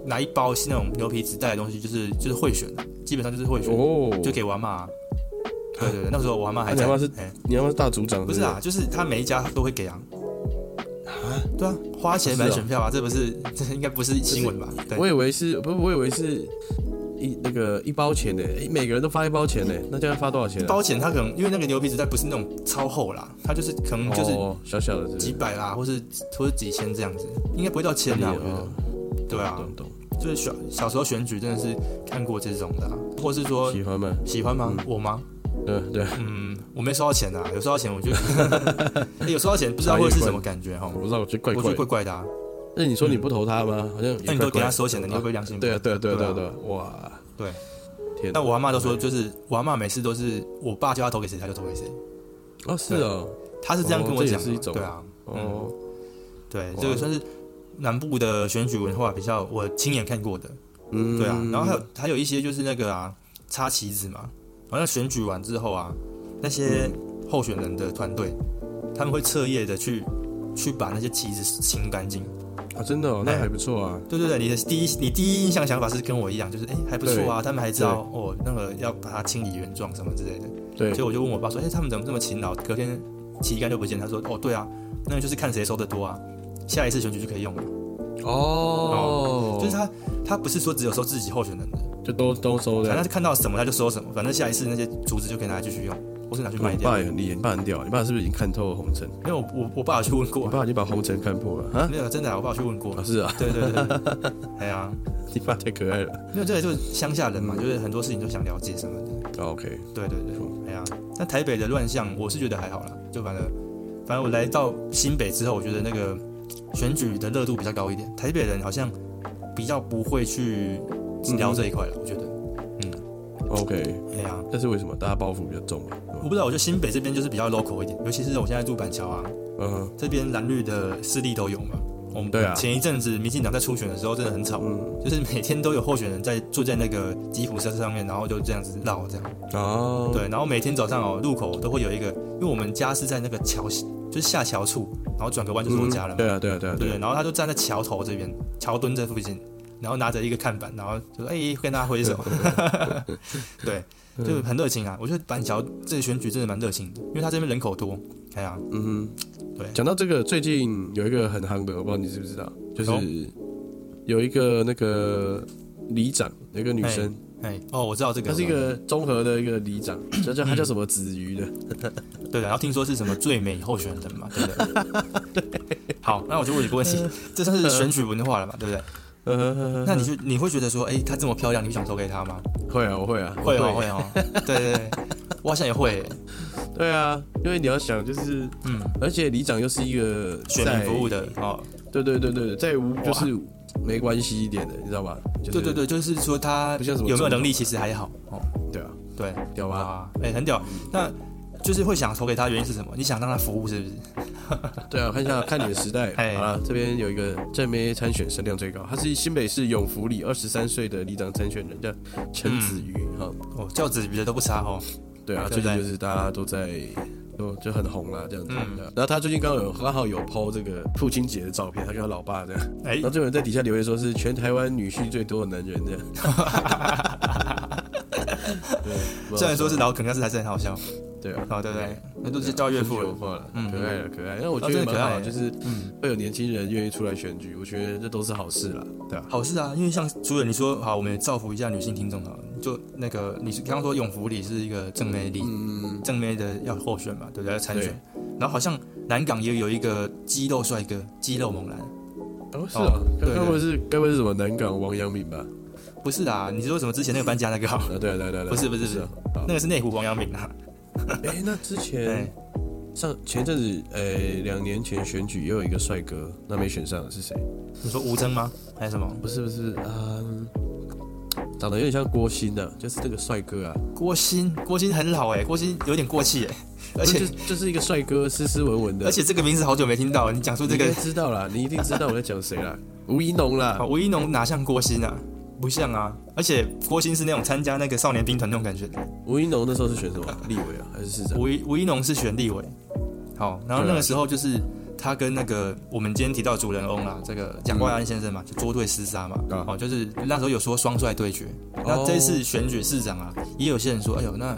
Speaker 1: 拿一包是那种牛皮纸袋的东西，就是就是贿选的，基本上就是贿选，
Speaker 2: 哦，
Speaker 1: 就给我阿妈、啊。对对对，那时候我阿妈还
Speaker 2: 那
Speaker 1: 在
Speaker 2: 你阿嬷是。
Speaker 1: 哎
Speaker 2: 你要不是大组长，
Speaker 1: 不是啊，就是他每一家都会给啊。对啊，花钱买选票啊，这不是 *laughs* 这应该不是新闻吧？
Speaker 2: 对
Speaker 1: 对
Speaker 2: 不对，，我以为哦是不，我以为是一那个一包钱呢，哎每个人都发一包钱呢，那这样发多少钱啊？
Speaker 1: 包钱他可能因为那个牛皮纸袋不是那种超厚啦，它就是可能就是
Speaker 2: 哦小小的，
Speaker 1: 几百啦，或是或是几千这样子，应该不会到千啊啦，我觉得。对啊，
Speaker 2: 啊哦懂懂，
Speaker 1: 就是小小时候选举真的是看过这种的啊，或是说
Speaker 2: 喜欢吗？嗯
Speaker 1: 喜欢吗？我吗？
Speaker 2: 对对，
Speaker 1: 嗯，我没收到钱啊，有收到钱我
Speaker 2: *laughs*
Speaker 1: 就欸有收到钱不知道会是什么感觉哈，哦
Speaker 2: 我不知道，我觉得怪
Speaker 1: 我觉
Speaker 2: 怪
Speaker 1: 得怪
Speaker 2: 的。
Speaker 1: 怪的啊。
Speaker 2: 那你说你不投他吗？好像也
Speaker 1: 那你都给
Speaker 2: 怪怪
Speaker 1: 他
Speaker 2: 的。
Speaker 1: 收钱了，你会不会良心？
Speaker 2: 对啊对啊对啊对啊
Speaker 1: 对
Speaker 2: 对啊，哇，
Speaker 1: 对。
Speaker 2: 天哪！
Speaker 1: 但我阿妈都说，就是我阿妈每次都是我爸叫她投给谁，她就投给谁。
Speaker 2: 哦是哦
Speaker 1: 她是这样跟我
Speaker 2: 哦这也
Speaker 1: 讲的、
Speaker 2: 是一种
Speaker 1: 对啊，
Speaker 2: 哦，
Speaker 1: 对，
Speaker 2: 哇
Speaker 1: 这个算是南部的选举文化比较我亲眼看过的。
Speaker 2: 嗯
Speaker 1: 对啊，然后还有还有一些就是那个啊，插旗子嘛，好像选举完之后啊，那些
Speaker 2: 嗯
Speaker 1: 候选人的团队，他们会彻夜的去去把那些旗子清干净。
Speaker 2: 啊真的哦，
Speaker 1: 哎
Speaker 2: 那还不错啊。
Speaker 1: 对对对，你的第一你第一印象想法是跟我一样，就是哎还不错啊，他们还知道哦那个要把它清理原状什么之类的。
Speaker 2: 对
Speaker 1: 所以我就问我爸说：“哎、他们怎么这么勤劳？隔天旗杆就不见。”他说：“哦，对啊，那个就是看谁收的多啊，下一次选举就可以用了。
Speaker 2: 哦，
Speaker 1: 就是他，他不是说只有收自己候选人的，
Speaker 2: 就都都收
Speaker 1: 反正
Speaker 2: 的
Speaker 1: 他。看到什么他就收什么，反正下一次那些竹子就可以拿来继续用，或是拿去卖
Speaker 2: 你
Speaker 1: 掉。
Speaker 2: 爸也很厉害，你爸很屌，你爸是不是已经看透了红尘？
Speaker 1: 因为我我我爸有去问过
Speaker 2: 你
Speaker 1: 啊、
Speaker 2: 爸已经把红尘看破了啊？
Speaker 1: 没有真的、啊，我爸有去问过
Speaker 2: 啊。是啊，
Speaker 1: 对对对对，
Speaker 2: *laughs*
Speaker 1: 哎呀，
Speaker 2: 你爸太可爱了。
Speaker 1: 因为这个就是乡下人嘛，就是很多事情都想了解什么的。
Speaker 2: 啊 OK，
Speaker 1: 对对对，哎呀，那台北的乱象，我是觉得还好啦，就反正反正我来到新北之后，我觉得那个选举的热度比较高一点，台北人好像比较不会去聊这一块了，我觉得，
Speaker 2: 哦 OK，
Speaker 1: 哎呀，
Speaker 2: 但是为什么大家包袱比较重啊嘛？
Speaker 1: 我不知道，我觉得新北这边就是比较 local 一点，尤其是我现在住板桥啊，
Speaker 2: 嗯
Speaker 1: 这边蓝绿的势力都有嘛。我们
Speaker 2: 对啊
Speaker 1: 前一阵子民进党在初选的时候真的很吵，
Speaker 2: 嗯
Speaker 1: 就是每天都有候选人在坐在那个吉普车上面，然后就这样子绕这样。
Speaker 2: 哦，
Speaker 1: 对，然后每天早上哦，路口都会有一个，因为我们家是在那个桥，就是下桥处，然后转个弯就是我家了嘛。
Speaker 2: 嗯对啊对啊对啊
Speaker 1: 对
Speaker 2: 对啊
Speaker 1: 然后他就站在桥头这边，桥墩这附近，然后拿着一个看板，然后就说：“哎、跟大家挥
Speaker 2: *laughs*
Speaker 1: 手。” *laughs* 对，就很热情啊。我觉得板桥这个选举真的蛮热情的，因为他这边人口多。哎呀、
Speaker 2: 嗯
Speaker 1: 对
Speaker 2: 哼，讲到这个，最近有一个很夯的，我不知道你知不知道，就是
Speaker 1: 哦
Speaker 2: 有一个那个里长，有一个女生，
Speaker 1: 哎，哦，我知道这个，
Speaker 2: 她是一个综合的一个
Speaker 1: *clears throat*
Speaker 2: 里长，叫叫她叫什么子瑜的，
Speaker 1: 对的。然后听说是什么最美候选人嘛，对不对？ *laughs* 好，那我就问你一个问
Speaker 2: *laughs*
Speaker 1: 题，这算是选举文化了嘛，对不对？嗯那你就你会觉得说，哎、她这么漂亮，你会想投给她吗？
Speaker 2: 会啊，我会啊，
Speaker 1: 会哦，
Speaker 2: 我
Speaker 1: 会 *laughs* 哦。对对对，我好像也会、
Speaker 2: 对啊，因为你要想就是，
Speaker 1: 嗯，
Speaker 2: 而且里长又是一个
Speaker 1: 选
Speaker 2: 在
Speaker 1: 民服务的 *laughs* 哦。
Speaker 2: 对对对对，在无就
Speaker 1: 哇
Speaker 2: 是没关系一点的，你知道吧？就是
Speaker 1: 对对对，就是说她
Speaker 2: 不像什么
Speaker 1: 有没有
Speaker 2: 总统
Speaker 1: 能力，其实还好哦。
Speaker 2: 对啊，
Speaker 1: 对，
Speaker 2: 屌吧？
Speaker 1: 哇，哎、很屌。那就是会想投给他，原因是什么？你想让他服务，是不是？
Speaker 2: 对啊，看一下看你的时
Speaker 1: *laughs*
Speaker 2: 代。
Speaker 1: 哎
Speaker 2: 好了，这边有一个正妹参选声量最高，她是新北市永福里二十三岁的里长参选人，叫陈子瑜哈、
Speaker 1: 哦，教子比的都不差哦。
Speaker 2: 对啊，
Speaker 1: 对
Speaker 2: 最
Speaker 1: 不对
Speaker 2: 近就是大家都在。都就很红啦，这样子。
Speaker 1: 嗯
Speaker 2: 对啊然后她最近刚好有刚好有 PO 这个父亲节的照片，她跟她老爸这样。
Speaker 1: 哎、
Speaker 2: 然后就有人在底下留言说是全台湾女婿最多的男人这
Speaker 1: *laughs*
Speaker 2: 样。对，
Speaker 1: 虽然说是老梗，但是还是很好笑。
Speaker 2: 对啊，
Speaker 1: 哦，对不对？那都是叫岳父
Speaker 2: 有
Speaker 1: 了。
Speaker 2: 话了，
Speaker 1: 嗯
Speaker 2: 可爱了，可爱。因为我觉
Speaker 1: 啊
Speaker 2: 得
Speaker 1: 真的可
Speaker 2: 蛮好，
Speaker 1: 爱
Speaker 2: 就是
Speaker 1: 嗯，
Speaker 2: 会有年轻人愿意出来选举，我觉得这都是好事啦，对啊。
Speaker 1: 好事啊，因为像主任你说，好，我们也造福一下女性听众好了，就那个你是刚刚说永福里是一个正妹里，
Speaker 2: 嗯，
Speaker 1: 正妹的要候选嘛，对不对？要参
Speaker 2: 对
Speaker 1: 选。然后好像南港也有一个肌肉帅哥，肌肉猛男。
Speaker 2: 哦是啊，
Speaker 1: 对
Speaker 2: 该该不会是该不会是什么南港王阳明吧？
Speaker 1: 不是啦，你说什么之前那个搬家那个 *laughs* 好，
Speaker 2: 啊，对啊对啊对啊，
Speaker 1: 不是不是
Speaker 2: 啊。
Speaker 1: 那个是内湖王阳明啊。
Speaker 2: 哎，那之前
Speaker 1: 对，
Speaker 2: 上前阵子，呃，两年前选举也有一个帅哥，那没选上的是谁？
Speaker 1: 你说吴征吗？还是什么？
Speaker 2: 不是不是，嗯，长得有点像郭鑫的，就是那个帅哥啊，
Speaker 1: 郭鑫，郭鑫很老哎、郭鑫有点过气哎、而
Speaker 2: 不
Speaker 1: 且
Speaker 2: 是就就是一个帅哥，斯斯文文的，
Speaker 1: 而且这个名字好久没听到了，你讲出
Speaker 2: 你
Speaker 1: 这
Speaker 2: 应该
Speaker 1: 个，
Speaker 2: 知道啦，你一定知道我在讲谁啦， *laughs* 吴一农啦
Speaker 1: 啊，吴一农哪像郭鑫啊？不像啊，而且郭鑫是那种参加那个少年兵团那种感觉。
Speaker 2: 吴一农那时候是选什么？立委啊，还是市长？
Speaker 1: 吴一吴一农是选立委，好，然后
Speaker 2: 对啊
Speaker 1: 那个时候就是他跟那个我们今天提到主人翁啦，这个蒋万安先生嘛，就捉对厮杀嘛
Speaker 2: 嗯啊，哦
Speaker 1: 哦，就是那时候有说双帅对决，那这次选举市长啊，也有些人说，哎呦，那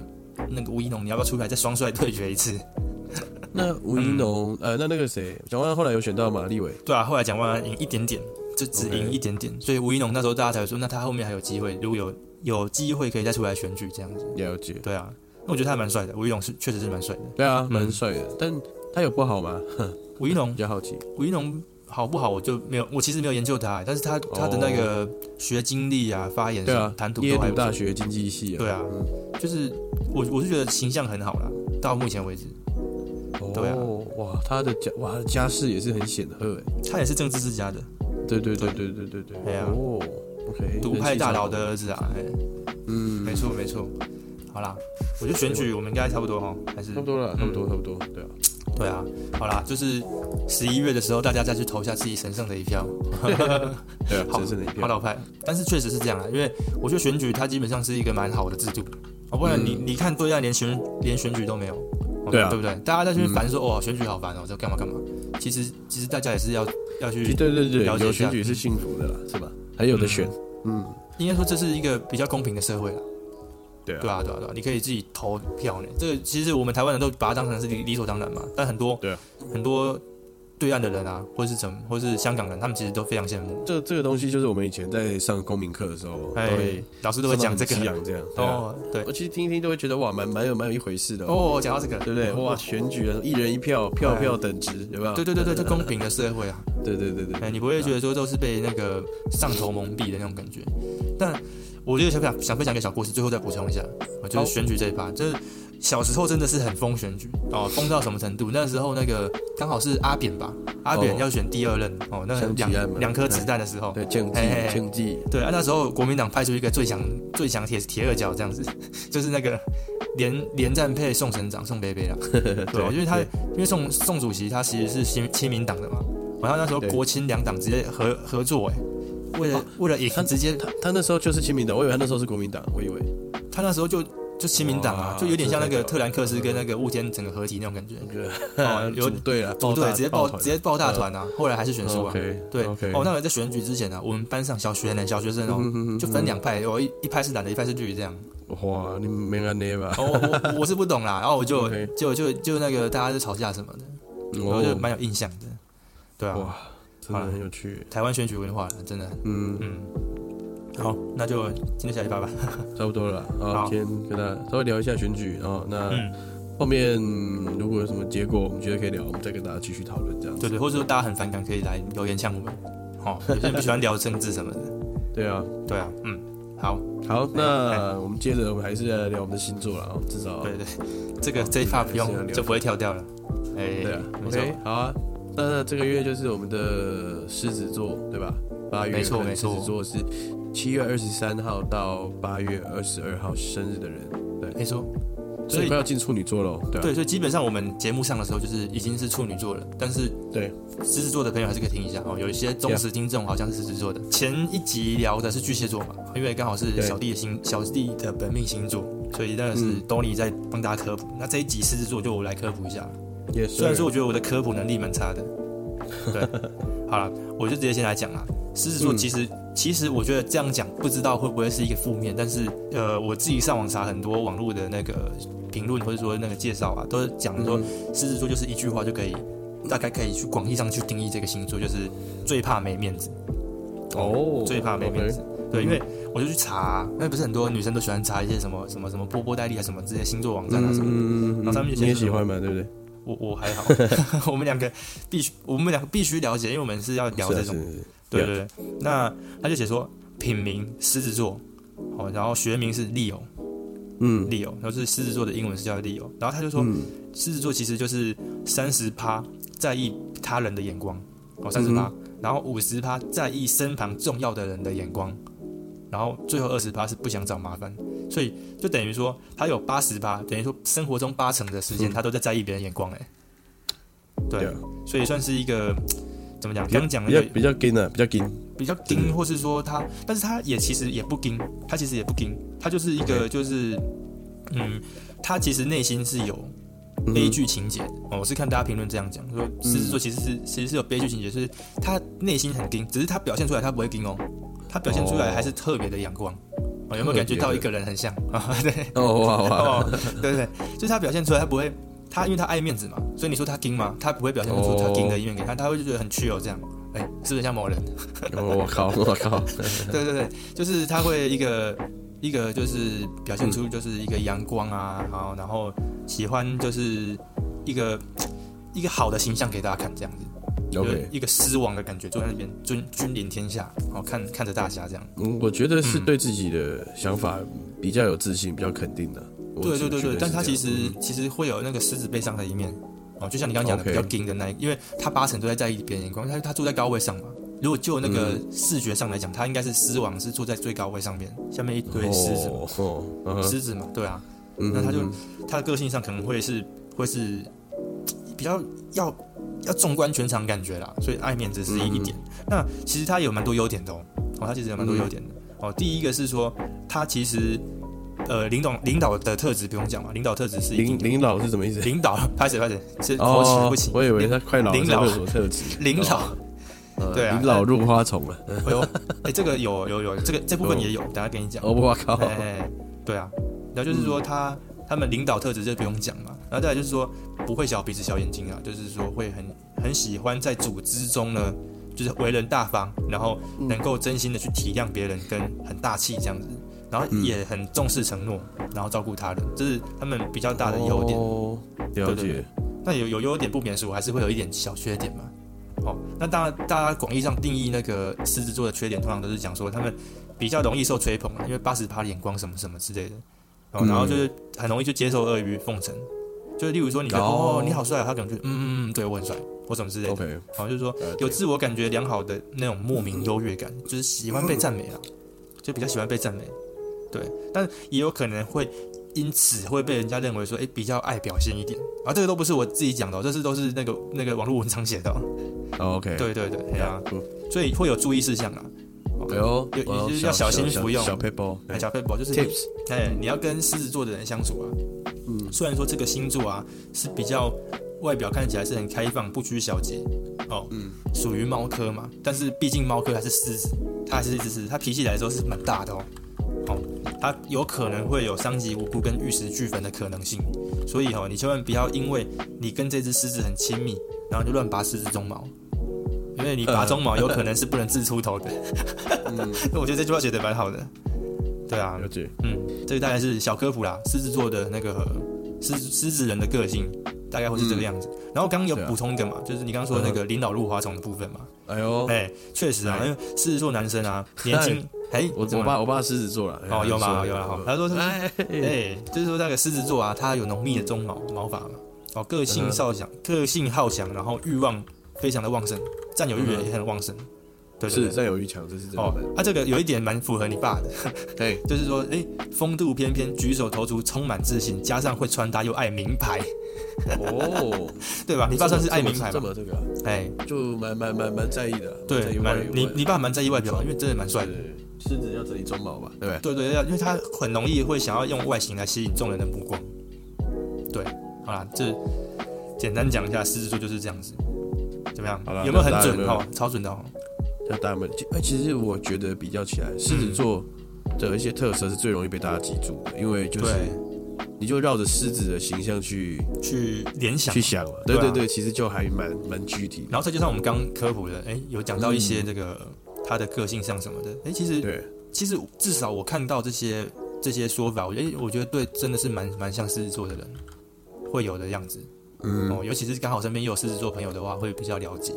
Speaker 1: 那个吴一农你要不要出来再双帅对决一次？ *laughs*
Speaker 2: 那吴一农，呃，那那个谁，蒋万安后来有选到嘛？立委？
Speaker 1: 对啊，后来蒋万安赢一点点，就只
Speaker 2: OK
Speaker 1: 赢一点点所以吴一农那时候大家才会说，那他后面还有机会，如果有有机会可以再出来选举这样子。
Speaker 2: 了解。
Speaker 1: 对啊，那我觉得他还蛮帅的，吴一农是确实是蛮帅的。
Speaker 2: 对啊，
Speaker 1: 嗯
Speaker 2: 蛮帅的，但他有不好吗？
Speaker 1: 吴一农
Speaker 2: 比，较好奇。
Speaker 1: 吴一农好不好，我就没有，我其实没有研究他，但是他他的那个学经历啊、发言
Speaker 2: 哦对啊，
Speaker 1: 谈吐
Speaker 2: 耶
Speaker 1: 都还
Speaker 2: 鲁
Speaker 1: 不错
Speaker 2: 大学经济系啊。
Speaker 1: 对啊，就是我我是觉得形象很好啦，到目前为止，对啊
Speaker 2: 哦，哇，他的家哇他的家世也是很显赫哎。
Speaker 1: 他也是政治世家的
Speaker 2: 对对对对对对对。
Speaker 1: 对啊
Speaker 2: 哦，OK。
Speaker 1: 独派大佬的，儿子啊，哎、
Speaker 2: 嗯，
Speaker 1: 没
Speaker 2: 差
Speaker 1: 错没错。好啦，我觉得选举我们应该差不多哈，还是
Speaker 2: 不多了，差不多差不多。对啊，
Speaker 1: 对啊，好啦，就是十一月的时候，大家再去投一下自己神圣的一票，
Speaker 2: 对啊，
Speaker 1: 好
Speaker 2: 神圣的一
Speaker 1: 好
Speaker 2: 票。
Speaker 1: 老派。但是确实是这样啊，因为我觉得选举它基本上是一个蛮好的制度，哦，不然你、你看对岸连选连选举都没有，哦
Speaker 2: 嗯对啊
Speaker 1: 对不对？大家在这边烦说、哦选举好烦哦，这干嘛干嘛？其实其实大家也是要要
Speaker 2: 对
Speaker 1: 去，
Speaker 2: 对对，
Speaker 1: 了解
Speaker 2: 有
Speaker 1: 一下
Speaker 2: 选举是幸福的啦，是吧？还有的选。嗯，
Speaker 1: 应该说这是一个比较公平的社会啦。
Speaker 2: 对啊
Speaker 1: 对。啊，对啊，对啊，你可以自己投票呢。这个其实我们台湾人都把它当成是理理所当然嘛，但很多
Speaker 2: 对啊
Speaker 1: 很多对岸的人啊，或是怎么，或是香港人，他们其实都非常羡慕。
Speaker 2: 这这个东西就是我们以前在上公民课的时候，都
Speaker 1: 哎
Speaker 2: 会，
Speaker 1: 老师都会讲这
Speaker 2: 上到
Speaker 1: 个。
Speaker 2: 很激昂这样。对啊
Speaker 1: 哦，对，
Speaker 2: 我其实听一听都会觉得哇，蛮蛮有蛮有一回事的哦，
Speaker 1: 哦，讲到这个，
Speaker 2: 对不对？哇，选举啊，一人一票，票票等值，有没有？
Speaker 1: 对嗯对对对，这公平的社会啊，
Speaker 2: 对对对对
Speaker 1: 哎，你不会觉得说都是被那个上头蒙蔽的那种感觉。但我就想想想分享一个小故事，最后再补充一下，啊就
Speaker 2: 好
Speaker 1: 是选举这一趴，就是小时候真的是很疯选举哦，疯到什么程度？那时候那个刚好是阿扁吧，阿扁
Speaker 2: 哦
Speaker 1: 要选第二任哦，那个
Speaker 2: 枪击案嘛
Speaker 1: 两两颗
Speaker 2: 哎
Speaker 1: 子弹的时候，
Speaker 2: 对，经济
Speaker 1: 哎哎哎
Speaker 2: 经济，
Speaker 1: *laughs* 对啊，那时候国民党派出一个最强最强铁铁二角这样子， *laughs* 就是那个连连战配宋省长宋北北啊，对，因为他
Speaker 2: 对
Speaker 1: 因为宋宋主席他其实是亲亲民党的嘛，然后那时候
Speaker 2: 对哦
Speaker 1: 国亲两党直接合合作哎、为了、为了赢
Speaker 2: 他
Speaker 1: 直接
Speaker 2: 他他那时候就是亲民党，我以为他那时候是国民党，我以为
Speaker 1: 他那时候就就亲民党啊
Speaker 2: 哇，
Speaker 1: 就有点像那
Speaker 2: 这
Speaker 1: 个
Speaker 2: 太屌了
Speaker 1: 特兰克斯跟那个雾间整个合体那种感觉，
Speaker 2: *laughs* 那个
Speaker 1: 哦有
Speaker 2: 组队了，
Speaker 1: 组队直接
Speaker 2: 爆
Speaker 1: 抱直接抱大团啊，后来还是选输啊。
Speaker 2: OK，
Speaker 1: 对
Speaker 2: ，OK，嗯
Speaker 1: 哦，那我在选举之前呢，我们班上小学呢，小学生哦，就分两派，我一一派是蓝的，一派是绿的这样。
Speaker 2: 哇，你没安捏吧？
Speaker 1: 哦，我我我是不懂啦，然后我就 *laughs*
Speaker 2: OK 哦
Speaker 1: 就就就那个大家就吵架什么的，我就蛮有印象的。对啊，
Speaker 2: 哇，真的很有趣。
Speaker 1: 台湾选举文化啦真的很，
Speaker 2: 嗯，
Speaker 1: 嗯，好，那就今天下礼拜吧。 *laughs*
Speaker 2: 差不多了。好，
Speaker 1: 好
Speaker 2: 今天跟大家稍微聊一下选举，然后那
Speaker 1: 嗯，
Speaker 2: 后面如果有什么结果，我们觉得可以聊，我们再跟大家继续讨论这样子。
Speaker 1: 对对，或者说大家很反感，可以来留言呛我们。哦，
Speaker 2: *laughs*
Speaker 1: 有些人不喜欢聊政治什么的。
Speaker 2: 对啊，
Speaker 1: 对啊，嗯，好，
Speaker 2: 好，那我们接着我们还是来聊我们的星座了，哦至少
Speaker 1: 哎对对， *laughs* 这个这一 part 不
Speaker 2: 还是要
Speaker 1: 用
Speaker 2: 聊
Speaker 1: 就不会跳掉了。哎，
Speaker 2: 对啊
Speaker 1: 没错
Speaker 2: ，OK，，好啊。那这个月就是我们的狮子座，对吧？八月
Speaker 1: 没错
Speaker 2: 份
Speaker 1: 没错
Speaker 2: 狮子座是七月二十三号到八月二十二号生日的人，
Speaker 1: 没错。
Speaker 2: 所
Speaker 1: 所
Speaker 2: 以
Speaker 1: 以
Speaker 2: 快要进处女座喽，对吧？
Speaker 1: 哎
Speaker 2: 啊
Speaker 1: 对，所以基本上我们节目上的时候，就是已经是处女座了，但是
Speaker 2: 对
Speaker 1: 狮子座的朋友还是可以听一下哦。有一些忠实听众好像是狮子座的。前一集聊的是巨蟹座嘛，因为刚好是
Speaker 2: 对
Speaker 1: 小弟的星，小弟的本命星座，所以当然是
Speaker 2: 嗯
Speaker 1: Tony 在帮大家科普。那这一集狮子座就我来科普一下，
Speaker 2: 也
Speaker 1: 虽然说我觉得我的科普能力蛮差的，对，好了，我就直接先来讲啦。狮子座
Speaker 2: 嗯
Speaker 1: 其实、其实我觉得这样讲不知道会不会是一个负面，但是呃，我自己上网查很多网络的那个评论或者说那个介绍啊，都是讲说狮子座就是一句话就可以，大概可以去广义上去定义这个星座，就是最怕没面子，
Speaker 2: 哦，
Speaker 1: 最怕没面子。对，
Speaker 2: 嗯
Speaker 1: 因为我就去查，那不是很多女生都喜欢查一些什么什么什么波波戴利啊什么这些星座网站啊什么的。
Speaker 2: 嗯，嗯嗯
Speaker 1: 然后上面
Speaker 2: 嗯
Speaker 1: 就
Speaker 2: 你也
Speaker 1: 写
Speaker 2: 喜
Speaker 1: 说
Speaker 2: 欢嘛，对不对？
Speaker 1: 我我还好， *laughs* 我们两个必须，我们两个必须了解，因为我们是要聊
Speaker 2: 是啊
Speaker 1: 这种，
Speaker 2: 是是
Speaker 1: 对
Speaker 2: Yeah
Speaker 1: 对对。那他就写说，品名狮子座，哦，然后学名是 Leo
Speaker 2: 嗯
Speaker 1: Leo，然后是狮子座的英文是叫 Leo，然后他就说，
Speaker 2: 嗯，
Speaker 1: 狮子座其实就是三十趴在意他人的眼光，哦，
Speaker 2: 嗯
Speaker 1: 三十趴，然后五十趴在意身旁重要的人的眼光，然后最后二十趴是不想找麻烦，所以就等于说他有八十趴，等于说生活中八成的时间
Speaker 2: 嗯
Speaker 1: 他都在在意别人眼光，哎，对
Speaker 2: 对啊，
Speaker 1: 所以算是一个怎么讲？
Speaker 2: 比较
Speaker 1: 刚讲
Speaker 2: 比
Speaker 1: 那
Speaker 2: 较
Speaker 1: 个
Speaker 2: 比较 gay 呢，比较 gay，
Speaker 1: 比较盯，或是说他，但是他也其实也不盯，他其实也不盯，他就是一个就是，嗯，他其实内心是有
Speaker 2: 嗯
Speaker 1: 悲剧情节的。哦，我是看大家评论这样讲，说狮子座其实是其实是有悲剧情节，就是他内心很盯，只是他表现出来他不会盯哦，他表现出来还是特别的阳光。哦，有没有感觉到一个人很像 *laughs* 啊？对，
Speaker 2: 哦哇哇，
Speaker 1: *laughs* 哦，对对，对就是他表现出来，他不会，他因为他爱面子嘛，所以你说他盯嘛，他不会表现出他盯的一面给他，他会觉得很 chill 这样，哎，是不是像某人？
Speaker 2: 哦我靠我
Speaker 1: *laughs*
Speaker 2: 靠，
Speaker 1: 对对对，就是他会一个一个就是表现出就是一个阳光啊，然后然后喜欢就是一个一个好的形象给大家看这样子，就是
Speaker 2: OK，
Speaker 1: 一个狮王的感觉，坐在那边君君临天下，好看看着大家这样。
Speaker 2: 嗯我觉得是对自己的想法比较有自信，比较肯定的。我
Speaker 1: 对对对
Speaker 2: 觉
Speaker 1: 对，
Speaker 2: 得是
Speaker 1: 但他
Speaker 2: 这
Speaker 1: 其
Speaker 2: 样
Speaker 1: 实
Speaker 2: 嗯
Speaker 1: 其实会有那个狮子背上的一面哦，就像你刚刚讲的
Speaker 2: OK
Speaker 1: 比较硬的那一，因为他八成都在在意别人眼光，他他坐在高位上嘛。如果就那个
Speaker 2: 嗯
Speaker 1: 视觉上来讲，他应该是狮王是坐在最高位上面，下面一堆狮子嘛，
Speaker 2: 哦哦，嗯哼
Speaker 1: 狮子嘛，对啊，
Speaker 2: 嗯
Speaker 1: 那他就
Speaker 2: 嗯
Speaker 1: 他的个性上可能会是会是嘖比较要要纵观全场感觉啦，所以爱面子是一点。
Speaker 2: 嗯
Speaker 1: 那其实他有蛮多优点的哦，哦，他其实有蛮多优点
Speaker 2: 嗯
Speaker 1: 的、哦。第一个是说他其实呃领导领导的特质不用讲嘛，领导特质是一定
Speaker 2: 领领导是什么意思？哦
Speaker 1: 领导，拍谁拍谁是口齿不清，
Speaker 2: 我以为他快老了
Speaker 1: 领
Speaker 2: 才
Speaker 1: 导
Speaker 2: 会有所
Speaker 1: *laughs*
Speaker 2: 特质。
Speaker 1: 领导，
Speaker 2: 嗯
Speaker 1: *laughs* 对啊
Speaker 2: 领导入花丛了。
Speaker 1: 哎呦，哎这个有有有这个这部分也有，等下跟你讲。
Speaker 2: 哦，我靠，
Speaker 1: 哎，对啊，然后就是说他、他们领导特质就不用讲嘛，然后再来就是说不会小鼻子小眼睛啊，就是说会很很喜欢在组织中呢，就是为人大方，然后能够真心的去体谅别人，跟很大气这样子，然后也很重视承诺，然后照顾他人，这是他们比较大的优点。
Speaker 2: 哦，了
Speaker 1: 对对
Speaker 2: 解
Speaker 1: 对。那有有优点不免俗，还是会有一点小缺点嘛。哦，那当然，大家广义上定义那个狮子座的缺点，通常都是讲说他们比较容易受吹捧啊，因为八十趴的眼光什么什么之类的。哦，
Speaker 2: 嗯
Speaker 1: 然后就是很容易就接受阿谀奉承，就是例如说你觉得
Speaker 2: 哦
Speaker 1: 哦你好帅啊，他可能就嗯嗯嗯，对我很帅，或什么之类的。
Speaker 2: OK，
Speaker 1: 好，就是说有自我感觉良好的那种莫名优越感，就是喜欢被赞美啊，就比较喜欢被赞美。对，但也有可能会因此会被人家认为说，哎、比较爱表现一点啊。这个都不是我自己讲的、哦，这是都是那个那个网络文章写的、哦。
Speaker 2: 哦 OK，
Speaker 1: 对对对，哎呀、
Speaker 2: 嗯
Speaker 1: 所以会有注意事项啊。哦
Speaker 2: 哎
Speaker 1: 的，
Speaker 2: 呦，
Speaker 1: 有
Speaker 2: 哎呦
Speaker 1: 就是
Speaker 2: 小
Speaker 1: 要小心
Speaker 2: 小
Speaker 1: 服用
Speaker 2: 小 paper，
Speaker 1: 哎，小 p e 就是你
Speaker 2: tips，
Speaker 1: 哎，你要跟狮子座的人相处啊。
Speaker 2: 嗯，
Speaker 1: 虽然说这个星座啊是比较外表看起来是很开放、不拘小节，哦，
Speaker 2: 嗯，
Speaker 1: 属于猫科嘛，但是毕竟猫科还是狮子，它还是一只狮子，它脾气来的时候是蛮大的哦，哦，它有可能会有伤及无辜跟玉石俱焚的可能性，所以哦，你千万不要因为你跟这只狮子很亲密，然后就乱拔狮子鬃毛。因为你拔鬃毛有可能是不能自出头的，
Speaker 2: *laughs* 嗯，
Speaker 1: *laughs* 我觉得这句话写的蛮好的，对啊，
Speaker 2: 了解，
Speaker 1: 嗯，这个大概是小科普啦，狮子座的那个狮狮子人的个性大概会是这个样子。然后刚刚有
Speaker 2: 嗯对啊
Speaker 1: 补充一个嘛，就是你刚刚说的那个领导入花丛的部分嘛，
Speaker 2: 哎呦，
Speaker 1: 哎、确实啊，
Speaker 2: 哎
Speaker 1: 因为狮子座男生啊，年
Speaker 2: *laughs*
Speaker 1: 轻，哎，
Speaker 2: 我
Speaker 1: 怎
Speaker 2: 我
Speaker 1: 么了？
Speaker 2: 爸我爸狮子座了，哎
Speaker 1: 哦，有嘛
Speaker 2: 说
Speaker 1: 有啦，好他说他 *laughs*
Speaker 2: 哎，
Speaker 1: 哎、就是说那个狮子座啊，它有浓密的鬃毛毛发嘛，哦，个性
Speaker 2: 嗯
Speaker 1: 少强，个性好强，然后欲望非常的旺盛，占有欲
Speaker 2: 嗯
Speaker 1: 也很旺盛，对对
Speaker 2: 是
Speaker 1: 对。
Speaker 2: 占有欲强，这是真
Speaker 1: 哦
Speaker 2: 的，，
Speaker 1: 啊，这个有一点蛮符合你爸的，
Speaker 2: 哎，
Speaker 1: 就是说，哎，风度翩翩，举手投足充满自信，加上会穿搭又爱名牌， *laughs*
Speaker 2: 哦，
Speaker 1: 对 *laughs* 吧？你爸算是爱名牌
Speaker 2: 这
Speaker 1: 吧？
Speaker 2: 么这么这个啊
Speaker 1: 哎，
Speaker 2: 就蛮蛮蛮蛮在意的，啊蛮在
Speaker 1: 对，
Speaker 2: 意外
Speaker 1: 蛮你你爸蛮在意外表嘛，因为真的蛮帅
Speaker 2: 对
Speaker 1: 的。
Speaker 2: 对，狮子要整理鬃毛吧，对不对？
Speaker 1: 对对，要因为他很容易会想要用外形来吸引众人的目光。对，好啦，这简单讲一下，狮子座就是这样子，怎么样
Speaker 2: 好啦？
Speaker 1: 有没有
Speaker 2: 那
Speaker 1: 很
Speaker 2: 大家有
Speaker 1: 准
Speaker 2: 没有
Speaker 1: 哦？超准的哦。
Speaker 2: 那大家们，其哎，其实我觉得比较起来，狮子座的一些特色是最容易被大家记住的，因为就是
Speaker 1: 对，
Speaker 2: 你就绕着狮子的形象去
Speaker 1: 去联想
Speaker 2: 去。想了，
Speaker 1: 对
Speaker 2: 对
Speaker 1: 啊
Speaker 2: 对对，其实就还蛮蛮具体的，
Speaker 1: 然后再加上我们刚刚科普的，哎，有讲到一
Speaker 2: 嗯
Speaker 1: 些这个他的个性上什么的，哎，其实
Speaker 2: 对，
Speaker 1: 其实至少我看到这些这些说法，我觉得诶我觉得对，真的是蛮蛮像狮子座的人会有的样子、
Speaker 2: 嗯
Speaker 1: 哦。尤其是刚好身边也有狮子座朋友的话，会比较了解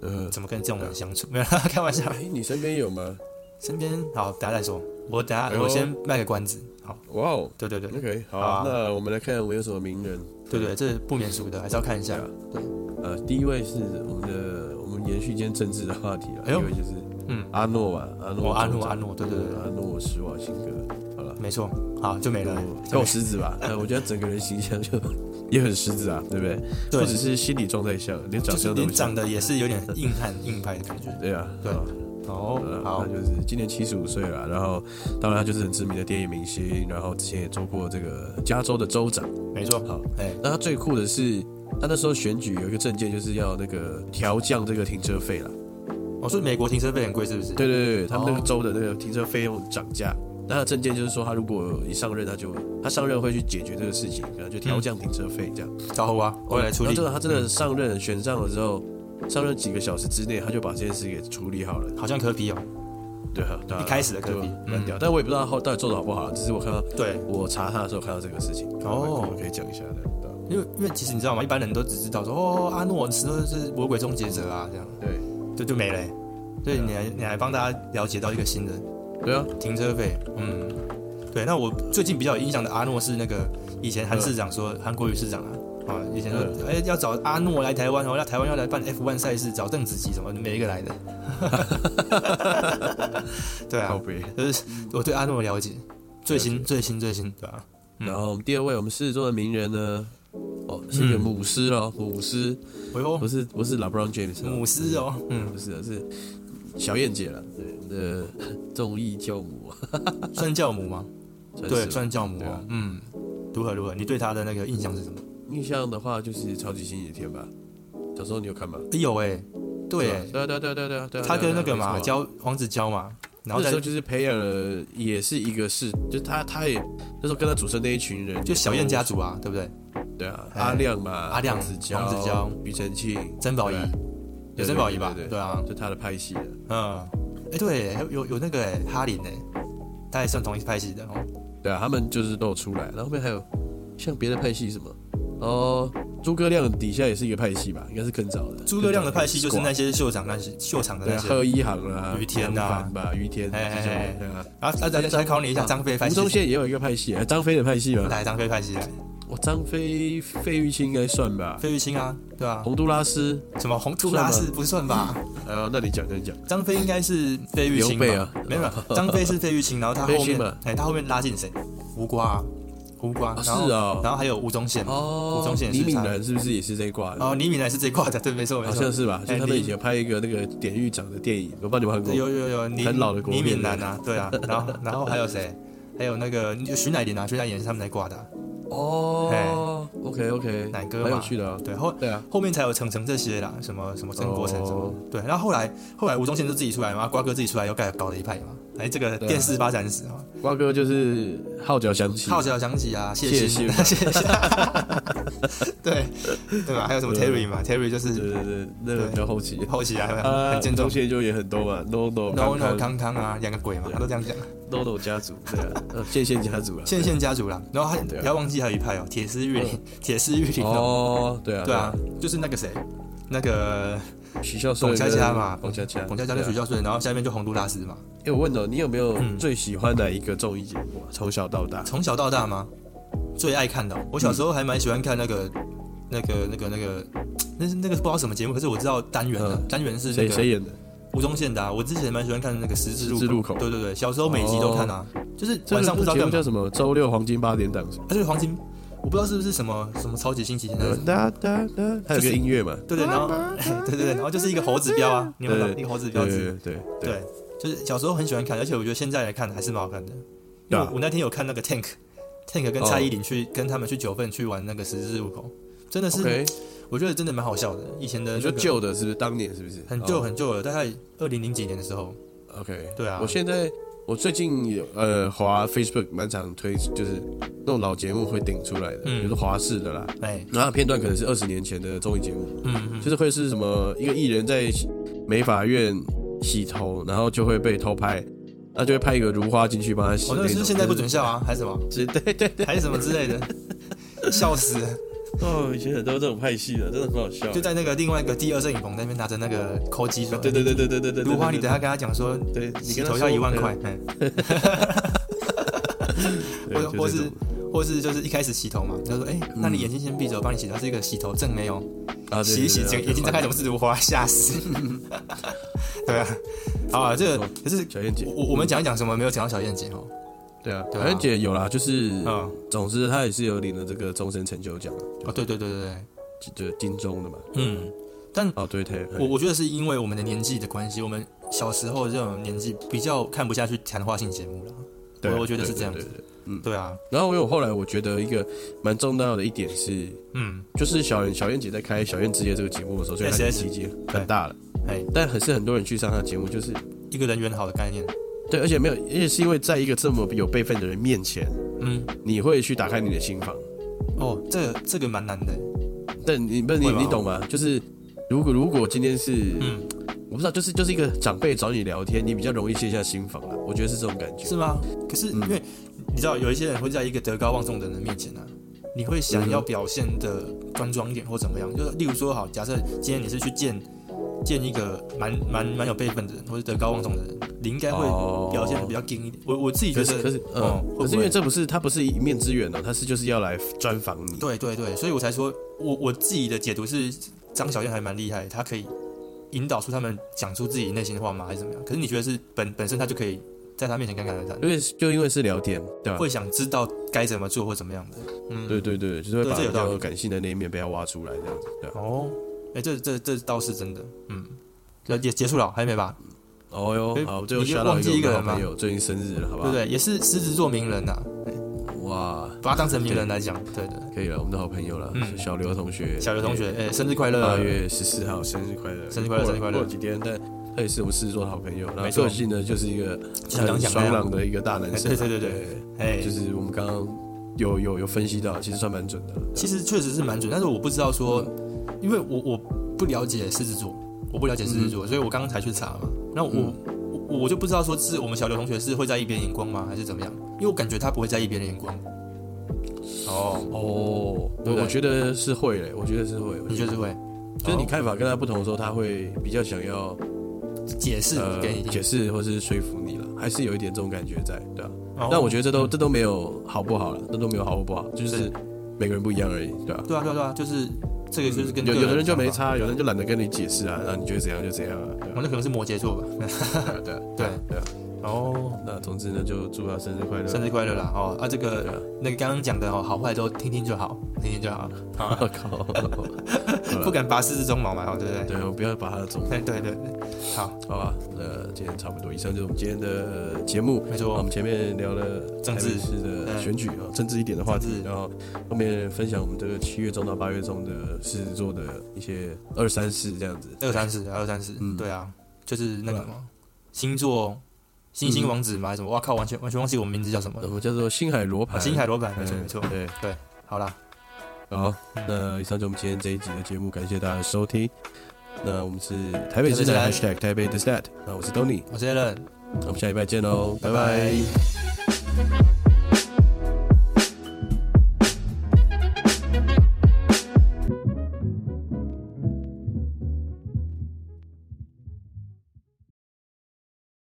Speaker 2: 呃，
Speaker 1: 怎么跟这种人相处。 *laughs* 没有啦，开玩笑。
Speaker 2: 哎，你身边有吗？
Speaker 1: 身边好，等下再说。我等下、
Speaker 2: 哎呦
Speaker 1: 我先卖个关子。好，
Speaker 2: 哇哦
Speaker 1: 对对对
Speaker 2: ，OK，好
Speaker 1: 好啊
Speaker 2: 啊，那我们来看我们有什么名人，
Speaker 1: 对对，这不免俗的，还是要看一下。
Speaker 2: 呃，第一位是我们的，我们延续今天政治的话题了。
Speaker 1: 哎
Speaker 2: 第
Speaker 1: 呦
Speaker 2: 一位就是，
Speaker 1: 嗯，
Speaker 2: 阿诺吧，阿诺，
Speaker 1: 哦阿诺阿诺对对对
Speaker 2: 阿诺施瓦辛格，好了，
Speaker 1: 没错，好就没了。就
Speaker 2: 够狮子吧？ *laughs* 呃，我觉得整个人形象就也很狮子啊，对不对？
Speaker 1: 对
Speaker 2: 不只是心理状态像，连
Speaker 1: 就
Speaker 2: 长
Speaker 1: 是
Speaker 2: 相
Speaker 1: 连
Speaker 2: 都像
Speaker 1: 长。得也是有点硬汉硬派的感觉。
Speaker 2: 对啊，
Speaker 1: 对
Speaker 2: 好
Speaker 1: 哦
Speaker 2: 呃，
Speaker 1: 好
Speaker 2: 他，就是今年七十五岁了，然后当然他就是很知名的电影明星，然后之前也做过这个加州的州长。
Speaker 1: 没错。
Speaker 2: 好，
Speaker 1: 哎、
Speaker 2: 那他最酷的是，他那时候选举有一个证件就是要那个调降这个停车费啦。
Speaker 1: 我、说美国停车费很贵是不是？
Speaker 2: 对对对，他们那
Speaker 1: 哦
Speaker 2: 个州的那个停车费用涨价，那他证件就是说，他如果一上任，他就他上任会去解决这个事情，可能就调降停车费这样。
Speaker 1: 招呼啊，我来处
Speaker 2: 然后
Speaker 1: 理
Speaker 2: 真。的，他真的上任选上了之后，上任几个小时之内，他就把这件事给处理好了。
Speaker 1: 好像科比哦，
Speaker 2: 对啊，对啊
Speaker 1: 一开始的
Speaker 2: 对
Speaker 1: 科比
Speaker 2: 啊
Speaker 1: 嗯
Speaker 2: 蛮屌，但我也不知道他后到底做的好不好，只是我看到
Speaker 1: 对，
Speaker 2: 我查他的时候看到这个事情，
Speaker 1: 哦
Speaker 2: 我们可以讲一下的。对啊
Speaker 1: 因为因为其实你知道吗？一般人都只知道说哦，阿诺是是魔鬼终结者啊，这样
Speaker 2: 对
Speaker 1: 就就没了欸。对，你还你还帮大家了解到一个新的
Speaker 2: 对啊，
Speaker 1: 停车费，嗯，对。那我最近比较有印象的阿诺是那个以前韩市长说韩国瑜市长啊。啊，以前说，哎、要找阿诺来台湾哦，那台湾要来办 F1 赛事，找邓紫棋什么，没一个来的。 *laughs* 对
Speaker 2: 靠
Speaker 1: 啊，
Speaker 2: 背。
Speaker 1: 就是我对阿诺的了解，最新最新最新，对吧、啊？嗯
Speaker 2: 然后我们第二位，我们狮子座的名人呢，哦，是一个
Speaker 1: 嗯
Speaker 2: 母狮咯，母狮
Speaker 1: 哎呦
Speaker 2: 不，是不是 LeBron James，哦
Speaker 1: 母狮哦，嗯，
Speaker 2: 不是的，是小燕姐了，对，我们的 *laughs* 综艺教母，啊
Speaker 1: 算教母吗？
Speaker 2: 算是
Speaker 1: 对，
Speaker 2: 吧
Speaker 1: 算教母
Speaker 2: 对
Speaker 1: 哦
Speaker 2: 啊。
Speaker 1: 嗯，如何如何？你对他的那个印象是什么？
Speaker 2: 印象的话就是超级星期天吧。小时候你有看吗？
Speaker 1: 哎有哎，对哎
Speaker 2: 是，吧对啊对啊对啊对啊对啊。
Speaker 1: 他
Speaker 2: 对
Speaker 1: 跟
Speaker 2: 啊
Speaker 1: 那个嘛，
Speaker 2: 对啊
Speaker 1: 教黄子佼嘛，然
Speaker 2: 没错
Speaker 1: 后
Speaker 2: 那
Speaker 1: 再
Speaker 2: 时候就是培养了，也是一个是，就是他他也那时候跟他组成那一群人，
Speaker 1: 就小燕家族啊，对不对？
Speaker 2: 对啊，
Speaker 1: 哎
Speaker 2: 阿亮嘛，
Speaker 1: 阿亮
Speaker 2: 黄子佼、
Speaker 1: 黄子佼
Speaker 2: 庾澄庆、
Speaker 1: 曾宝仪
Speaker 2: 对啊，
Speaker 1: 有
Speaker 2: 对
Speaker 1: 曾宝仪吧？
Speaker 2: 对
Speaker 1: 对啊，
Speaker 2: 就他的拍戏的，
Speaker 1: 嗯，哎对，还有有有那个哎哈林哎，他也算同一派系的哦。
Speaker 2: 对啊，他们就是都有出来，然后后面还有像别的派系什么，哦，诸葛亮底下也是一个派系吧，应该是更早的。
Speaker 1: 诸葛亮的派系就是那
Speaker 2: 些
Speaker 1: 些秀场那些秀场的
Speaker 2: 对
Speaker 1: 那
Speaker 2: 啊，
Speaker 1: 些，
Speaker 2: 贺一航啦、
Speaker 1: 于天呐啊
Speaker 2: 杨帆吧、于天
Speaker 1: 哎哎
Speaker 2: 这
Speaker 1: 哎
Speaker 2: 种，对啊。
Speaker 1: 然后啊再再考你一下张飞派
Speaker 2: 吴
Speaker 1: 系
Speaker 2: 宗，宪也有一个派系，哎张飞的派系嘛，
Speaker 1: 来张飞派系来，
Speaker 2: 我张飞、费玉清应该算吧，
Speaker 1: 费玉清啊，对啊，
Speaker 2: 洪都拉斯，
Speaker 1: 什么红图拉
Speaker 2: 算
Speaker 1: 斯不算吧？
Speaker 2: 呃，那你讲，那你讲，
Speaker 1: 张飞应该是费玉清吧
Speaker 2: 刘备啊
Speaker 1: 没有，没有张飞是费玉清，然后他后
Speaker 2: 费玉
Speaker 1: 面
Speaker 2: 清吧，
Speaker 1: 哎，他后面拉进谁？胡瓜啊，胡瓜，
Speaker 2: 啊
Speaker 1: 然后
Speaker 2: 是啊
Speaker 1: 然后还有吴宗宪嘛，
Speaker 2: 哦
Speaker 1: 吴宗宪也
Speaker 2: 李
Speaker 1: 是
Speaker 2: 敏
Speaker 1: 他
Speaker 2: 南是不是也是这一挂的？
Speaker 1: 哦，李敏南是这一挂的，对，没错，没
Speaker 2: 好
Speaker 1: 错，
Speaker 2: 像是吧？就
Speaker 1: 哎
Speaker 2: 他们
Speaker 1: 李
Speaker 2: 以前拍一个那个典狱长的电影，我不知道你们看过。
Speaker 1: 有有有，李
Speaker 2: 很老的国
Speaker 1: 李
Speaker 2: 片
Speaker 1: 敏南啊，对啊，然后然后还有谁？还有那个就徐乃麟啊，徐乃麟也是他们来挂的啊、
Speaker 2: 哦，OK OK，
Speaker 1: 哎奶哥嘛
Speaker 2: 蛮有趣的啊。
Speaker 1: 对，后
Speaker 2: 对哦啊，
Speaker 1: 后面才有程程这些啦，什么什么曾国成什么的，对，然后后来后来吴宗宪就自己出来嘛，瓜哥自己出来又搞搞了一派嘛，哎，这个
Speaker 2: 对啊
Speaker 1: 电视发展史啊，
Speaker 2: 瓜哥就是号角响起，
Speaker 1: 号角响起啊，谢
Speaker 2: 嗯谢
Speaker 1: 谢
Speaker 2: 谢
Speaker 1: *laughs* 谢谢，对对吧？还有什么 Terry 嘛，Terry 就
Speaker 2: 对
Speaker 1: 是
Speaker 2: 对对，那个比较后期。
Speaker 1: 后期啊，
Speaker 2: 啊，
Speaker 1: 很健
Speaker 2: 中
Speaker 1: 壮
Speaker 2: 线就也很多嘛，no no
Speaker 1: ，No No 康康啊，养个鬼嘛，他都这样讲，
Speaker 2: no no 家族，对啊，呃线线家族啊。
Speaker 1: 线线家族啦，然后还
Speaker 2: 对啊
Speaker 1: 不要忘记还有一派哦，铁丝玉林，铁丝玉林哦。
Speaker 2: 哦，对啊，
Speaker 1: 对啊，，就是那个谁，那个
Speaker 2: 许孝顺
Speaker 1: 龚
Speaker 2: 跟
Speaker 1: 佳佳嘛，
Speaker 2: 龚啊佳佳，
Speaker 1: 龚佳佳跟许
Speaker 2: 对啊。
Speaker 1: 孝顺，然后下面就洪都拉斯嘛。
Speaker 2: 哎，我问了，你有没有
Speaker 1: 嗯
Speaker 2: 最喜欢哪一个综艺节目啊？从小到大，
Speaker 1: 从小到大吗？最爱看的哦、我小时候还蛮喜欢看那个、
Speaker 2: 嗯
Speaker 1: 那个、那个、那个，那是那个不知道什么节目，可是我知道单元的、
Speaker 2: 嗯
Speaker 1: 单元是那
Speaker 2: 谁谁
Speaker 1: 个
Speaker 2: 演的？
Speaker 1: 吴宗宪的、啊。我之前蛮喜欢看那个十字
Speaker 2: 十字
Speaker 1: 路
Speaker 2: 路口哦
Speaker 1: 对对对，小时候每集都看啊，就是
Speaker 2: 这
Speaker 1: 晚上不
Speaker 2: 个
Speaker 1: 知道
Speaker 2: 节
Speaker 1: 干
Speaker 2: 目
Speaker 1: 嘛
Speaker 2: 叫，什么？周六黄金八点档。
Speaker 1: 而且啊黄金，我不知道是不是什么什么超级星期天。
Speaker 2: 呃哒哒哒，还有个音乐嘛？
Speaker 1: 对对，然后 *laughs* 对对对，然后就是一个猴子标啊，你们
Speaker 2: 对
Speaker 1: 一个猴子标
Speaker 2: 对
Speaker 1: 志，
Speaker 2: 对对对
Speaker 1: 对，就是小时候很喜欢看，而且我觉得现在来看还是蛮好看的。因
Speaker 2: 对
Speaker 1: 为
Speaker 2: 啊
Speaker 1: 我我那天有看那个 Tank Tank 跟
Speaker 2: 哦
Speaker 1: 蔡依林去、跟他们去九份去玩那个十字路口，真的是
Speaker 2: ，OK，我
Speaker 1: 我觉得真的蛮好笑的。以前的、那
Speaker 2: 就
Speaker 1: 个、
Speaker 2: 旧哦的是不是？当年是不是？
Speaker 1: 很旧很旧了，大概二零零几年的时候，
Speaker 2: 哦 OK，
Speaker 1: 对啊
Speaker 2: 我现在我最近有呃滑 Facebook 蛮常推，就是那种老节目会顶出来的，
Speaker 1: 嗯
Speaker 2: 比如说华视的啦，
Speaker 1: 哎，
Speaker 2: 然后片段可能是二十年前的综艺节目，
Speaker 1: 嗯嗯，
Speaker 2: 就是会是什么一个艺人在美发院洗头，然后就会被偷拍，那就会派一个如花进去帮他洗
Speaker 1: 哦，
Speaker 2: 种。
Speaker 1: 那个是现在不准笑啊，还是什么，
Speaker 2: 就是，对对对，
Speaker 1: 还是什么之类的， *laughs* 笑死了！
Speaker 2: 哦，以前很多这种派系的，真的很好笑
Speaker 1: 就在那个另外一个第二摄影棚那边拿着那个抠机说，
Speaker 2: 啊对对对对对对对，
Speaker 1: 如花，你等下跟他讲说，
Speaker 2: 对，你
Speaker 1: 洗头要一万块，哎。或者或是或是就是一开始洗头嘛，他说：“哎、那你眼睛先闭着，我帮你洗。”它是一个洗头证没有，
Speaker 2: 嗯啊，
Speaker 1: 洗一洗，整个眼睛张开怎么是如花，吓死！ *laughs* 对啊，好啊，这个可是
Speaker 2: 小燕姐
Speaker 1: 我，我我们讲一讲什么没有讲到小燕姐哦，
Speaker 2: 对啊，
Speaker 1: 对啊
Speaker 2: 小燕姐有啦，就是
Speaker 1: 嗯，
Speaker 2: 总之她也是有领了这个终身成就奖，
Speaker 1: 哦，对对对对对，
Speaker 2: 就就金钟的嘛。
Speaker 1: 嗯，
Speaker 2: 哦，对对，
Speaker 1: 我我觉得是因为我们的年纪的关系，我们小时候这种年纪比较看不下去谈话性节目了，
Speaker 2: 对
Speaker 1: 我我觉得是这样
Speaker 2: 对
Speaker 1: 子
Speaker 2: 对对对
Speaker 1: 对啊，
Speaker 2: 然后我有后来我觉得一个蛮重要的一点是，
Speaker 1: 嗯，
Speaker 2: 就是小燕小燕姐在开《小燕之夜》这个节目的时候，虽然她
Speaker 1: SS
Speaker 2: 年纪已经很大了
Speaker 1: 对哎，
Speaker 2: 但还是很多人去上她的节目，就是
Speaker 1: 一个人缘好的概念，
Speaker 2: 对，而且没有，而且是因为在一个这么有辈分的人面前，
Speaker 1: 嗯，
Speaker 2: 你会去打开你的心房。
Speaker 1: 哦，这个这个蛮难的，
Speaker 2: 但你不是你
Speaker 1: 会吗
Speaker 2: 你懂吗？就是如果如果今天是，
Speaker 1: 嗯，
Speaker 2: 我不知道，就是就是一个长辈找你聊天，你比较容易卸下心防啊了。我觉得是这种感觉。
Speaker 1: 是吗？可
Speaker 2: 嗯
Speaker 1: 是因为你知道，有一些人会在一个德高望重的人面前啊，你会想
Speaker 2: 嗯
Speaker 1: 要表现的端庄一点或怎么样。就是例如说，好，假设今天你是去见见一个蛮蛮蛮有辈分的人，或者德高望重的人，你应该会
Speaker 2: 哦
Speaker 1: 表现的比较硬一点。我我自己觉
Speaker 2: 可是
Speaker 1: 得，
Speaker 2: 可是，嗯，
Speaker 1: 哦会不
Speaker 2: 可
Speaker 1: 会
Speaker 2: 是因为这不是他不是一面之缘哦，他是就是要来专访你。
Speaker 1: 对对对，所以我才说我我自己的解读是，张小燕还蛮厉害，她可以引导出他们讲出自己内心的话吗，还是怎么样？可是你觉得是本本身她就可以在他面前侃侃而谈，
Speaker 2: 因为就因为是聊天，对吧？
Speaker 1: 会想知道该怎么做或怎么样的。嗯，
Speaker 2: 对对对，就是会
Speaker 1: 对
Speaker 2: 把
Speaker 1: 这有
Speaker 2: 比
Speaker 1: 道理
Speaker 2: 较感性的那一面被他挖出来，这样子，对吧？
Speaker 1: 哦，哎、这这这倒是真的，嗯，那也结束了，还没吧？
Speaker 2: 哦
Speaker 1: 哎
Speaker 2: 哟，好，最后
Speaker 1: 你就
Speaker 2: 笑到
Speaker 1: 忘记
Speaker 2: 一
Speaker 1: 一个
Speaker 2: 个
Speaker 1: 人
Speaker 2: 我们好
Speaker 1: 嘛
Speaker 2: 朋友最近生日了，好不
Speaker 1: 对不
Speaker 2: 好？
Speaker 1: 对？也是狮子座名人呐、啊
Speaker 2: 哇，
Speaker 1: 把他当成名人来讲，对对。
Speaker 2: 可以了，我们的好朋友了，
Speaker 1: 嗯
Speaker 2: 小刘同学，
Speaker 1: 小刘同学，哎、生日快乐
Speaker 2: 八！月十四号生日快乐，
Speaker 1: 生日快乐
Speaker 2: 过了
Speaker 1: 生日快乐
Speaker 2: 过了几天，但他也是我们狮子座的好朋友，然
Speaker 1: 没
Speaker 2: 后
Speaker 1: 错
Speaker 2: 个性呢就是一个
Speaker 1: 就像刚
Speaker 2: 很
Speaker 1: 讲那
Speaker 2: 爽
Speaker 1: 样，
Speaker 2: 朗的一个大男生，
Speaker 1: 哎 *laughs* 对对对对哎、
Speaker 2: 就是我们刚刚有有有分析到，其实算蛮准的，
Speaker 1: 其实确实是蛮准，但是我不知道说，因为我我不了解狮子座，我不了解狮子
Speaker 2: 嗯
Speaker 1: 座，所以我刚刚才去查嘛。那我、我我就不知道说是我们小刘同学是会在意别人眼光吗，还是怎么样？因为我感觉他不会在意别人眼光。哦，
Speaker 2: 哦，
Speaker 1: 对不
Speaker 2: 我
Speaker 1: 对
Speaker 2: 我觉得是会嘞，我觉得是会，我
Speaker 1: 你
Speaker 2: 觉
Speaker 1: 觉
Speaker 2: 得
Speaker 1: 得是哦会
Speaker 2: 就是你看法跟他不同的时候，他会比较想要
Speaker 1: 解释
Speaker 2: 呃
Speaker 1: 给你听？
Speaker 2: 解释或是说服你了，还是有一点这种感觉在，对吧？啊
Speaker 1: 哦
Speaker 2: 但我觉得这都这都没有好不好了，这都没有好或不好，就是每个人不一样而已，对吧？
Speaker 1: 对啊，对啊，对啊，就是这个就是跟
Speaker 2: 嗯有
Speaker 1: 个
Speaker 2: 有的人就
Speaker 1: 想法
Speaker 2: 没，差，有的人就懒得跟你解释啊，
Speaker 1: 嗯
Speaker 2: 然后你觉得怎样就怎样啊，对
Speaker 1: *laughs* 我那可能是摩羯座吧。
Speaker 2: 啊对啊对啊对啊。
Speaker 1: 哦，
Speaker 2: 那总之呢，就祝他生日快
Speaker 1: *laughs*
Speaker 2: 乐，
Speaker 1: 生日快乐啦！哦啊，这
Speaker 2: 对啊
Speaker 1: 个那个刚刚讲的哦，好坏都听听就好，听听就好，
Speaker 2: 乐！ *laughs* 我靠，
Speaker 1: *laughs* 不敢拔四只鬃毛嘛，哦，对不对？
Speaker 2: 对我不要把他总
Speaker 1: 对对对对，好，
Speaker 2: 好吧，那今天差不多，以上就是我们今天的节目。
Speaker 1: 没
Speaker 2: 我
Speaker 1: 错
Speaker 2: 们，前面聊了
Speaker 1: 政治
Speaker 2: 台北市的选举啊，政治一点的话题
Speaker 1: 政，治
Speaker 2: 然后后面分享我们这个七月中到八月中的狮子座的一些二三四这样子。
Speaker 1: 二三四，二三四
Speaker 2: 嗯，
Speaker 1: 对啊，就是那个
Speaker 2: 对啊
Speaker 1: 什么星座星星王子嘛，还是什么？哇靠，完全完全忘记我们名字叫什么
Speaker 2: 我
Speaker 1: 了。
Speaker 2: 们叫做星海罗盘，
Speaker 1: 啊星海罗盘，
Speaker 2: 嗯
Speaker 1: 没错没错。
Speaker 2: 对，
Speaker 1: 好啦，
Speaker 2: 好，那以上就是我们今天这一集的节目，感谢大家的收听。那我们是台北之
Speaker 1: 台
Speaker 2: 南
Speaker 1: 北之
Speaker 2: #hashtag 台北的 stat，那我是 Tony，
Speaker 1: 我是 a l
Speaker 2: 哦那我们下礼拜见喽，拜
Speaker 1: 拜
Speaker 2: 拜
Speaker 1: 拜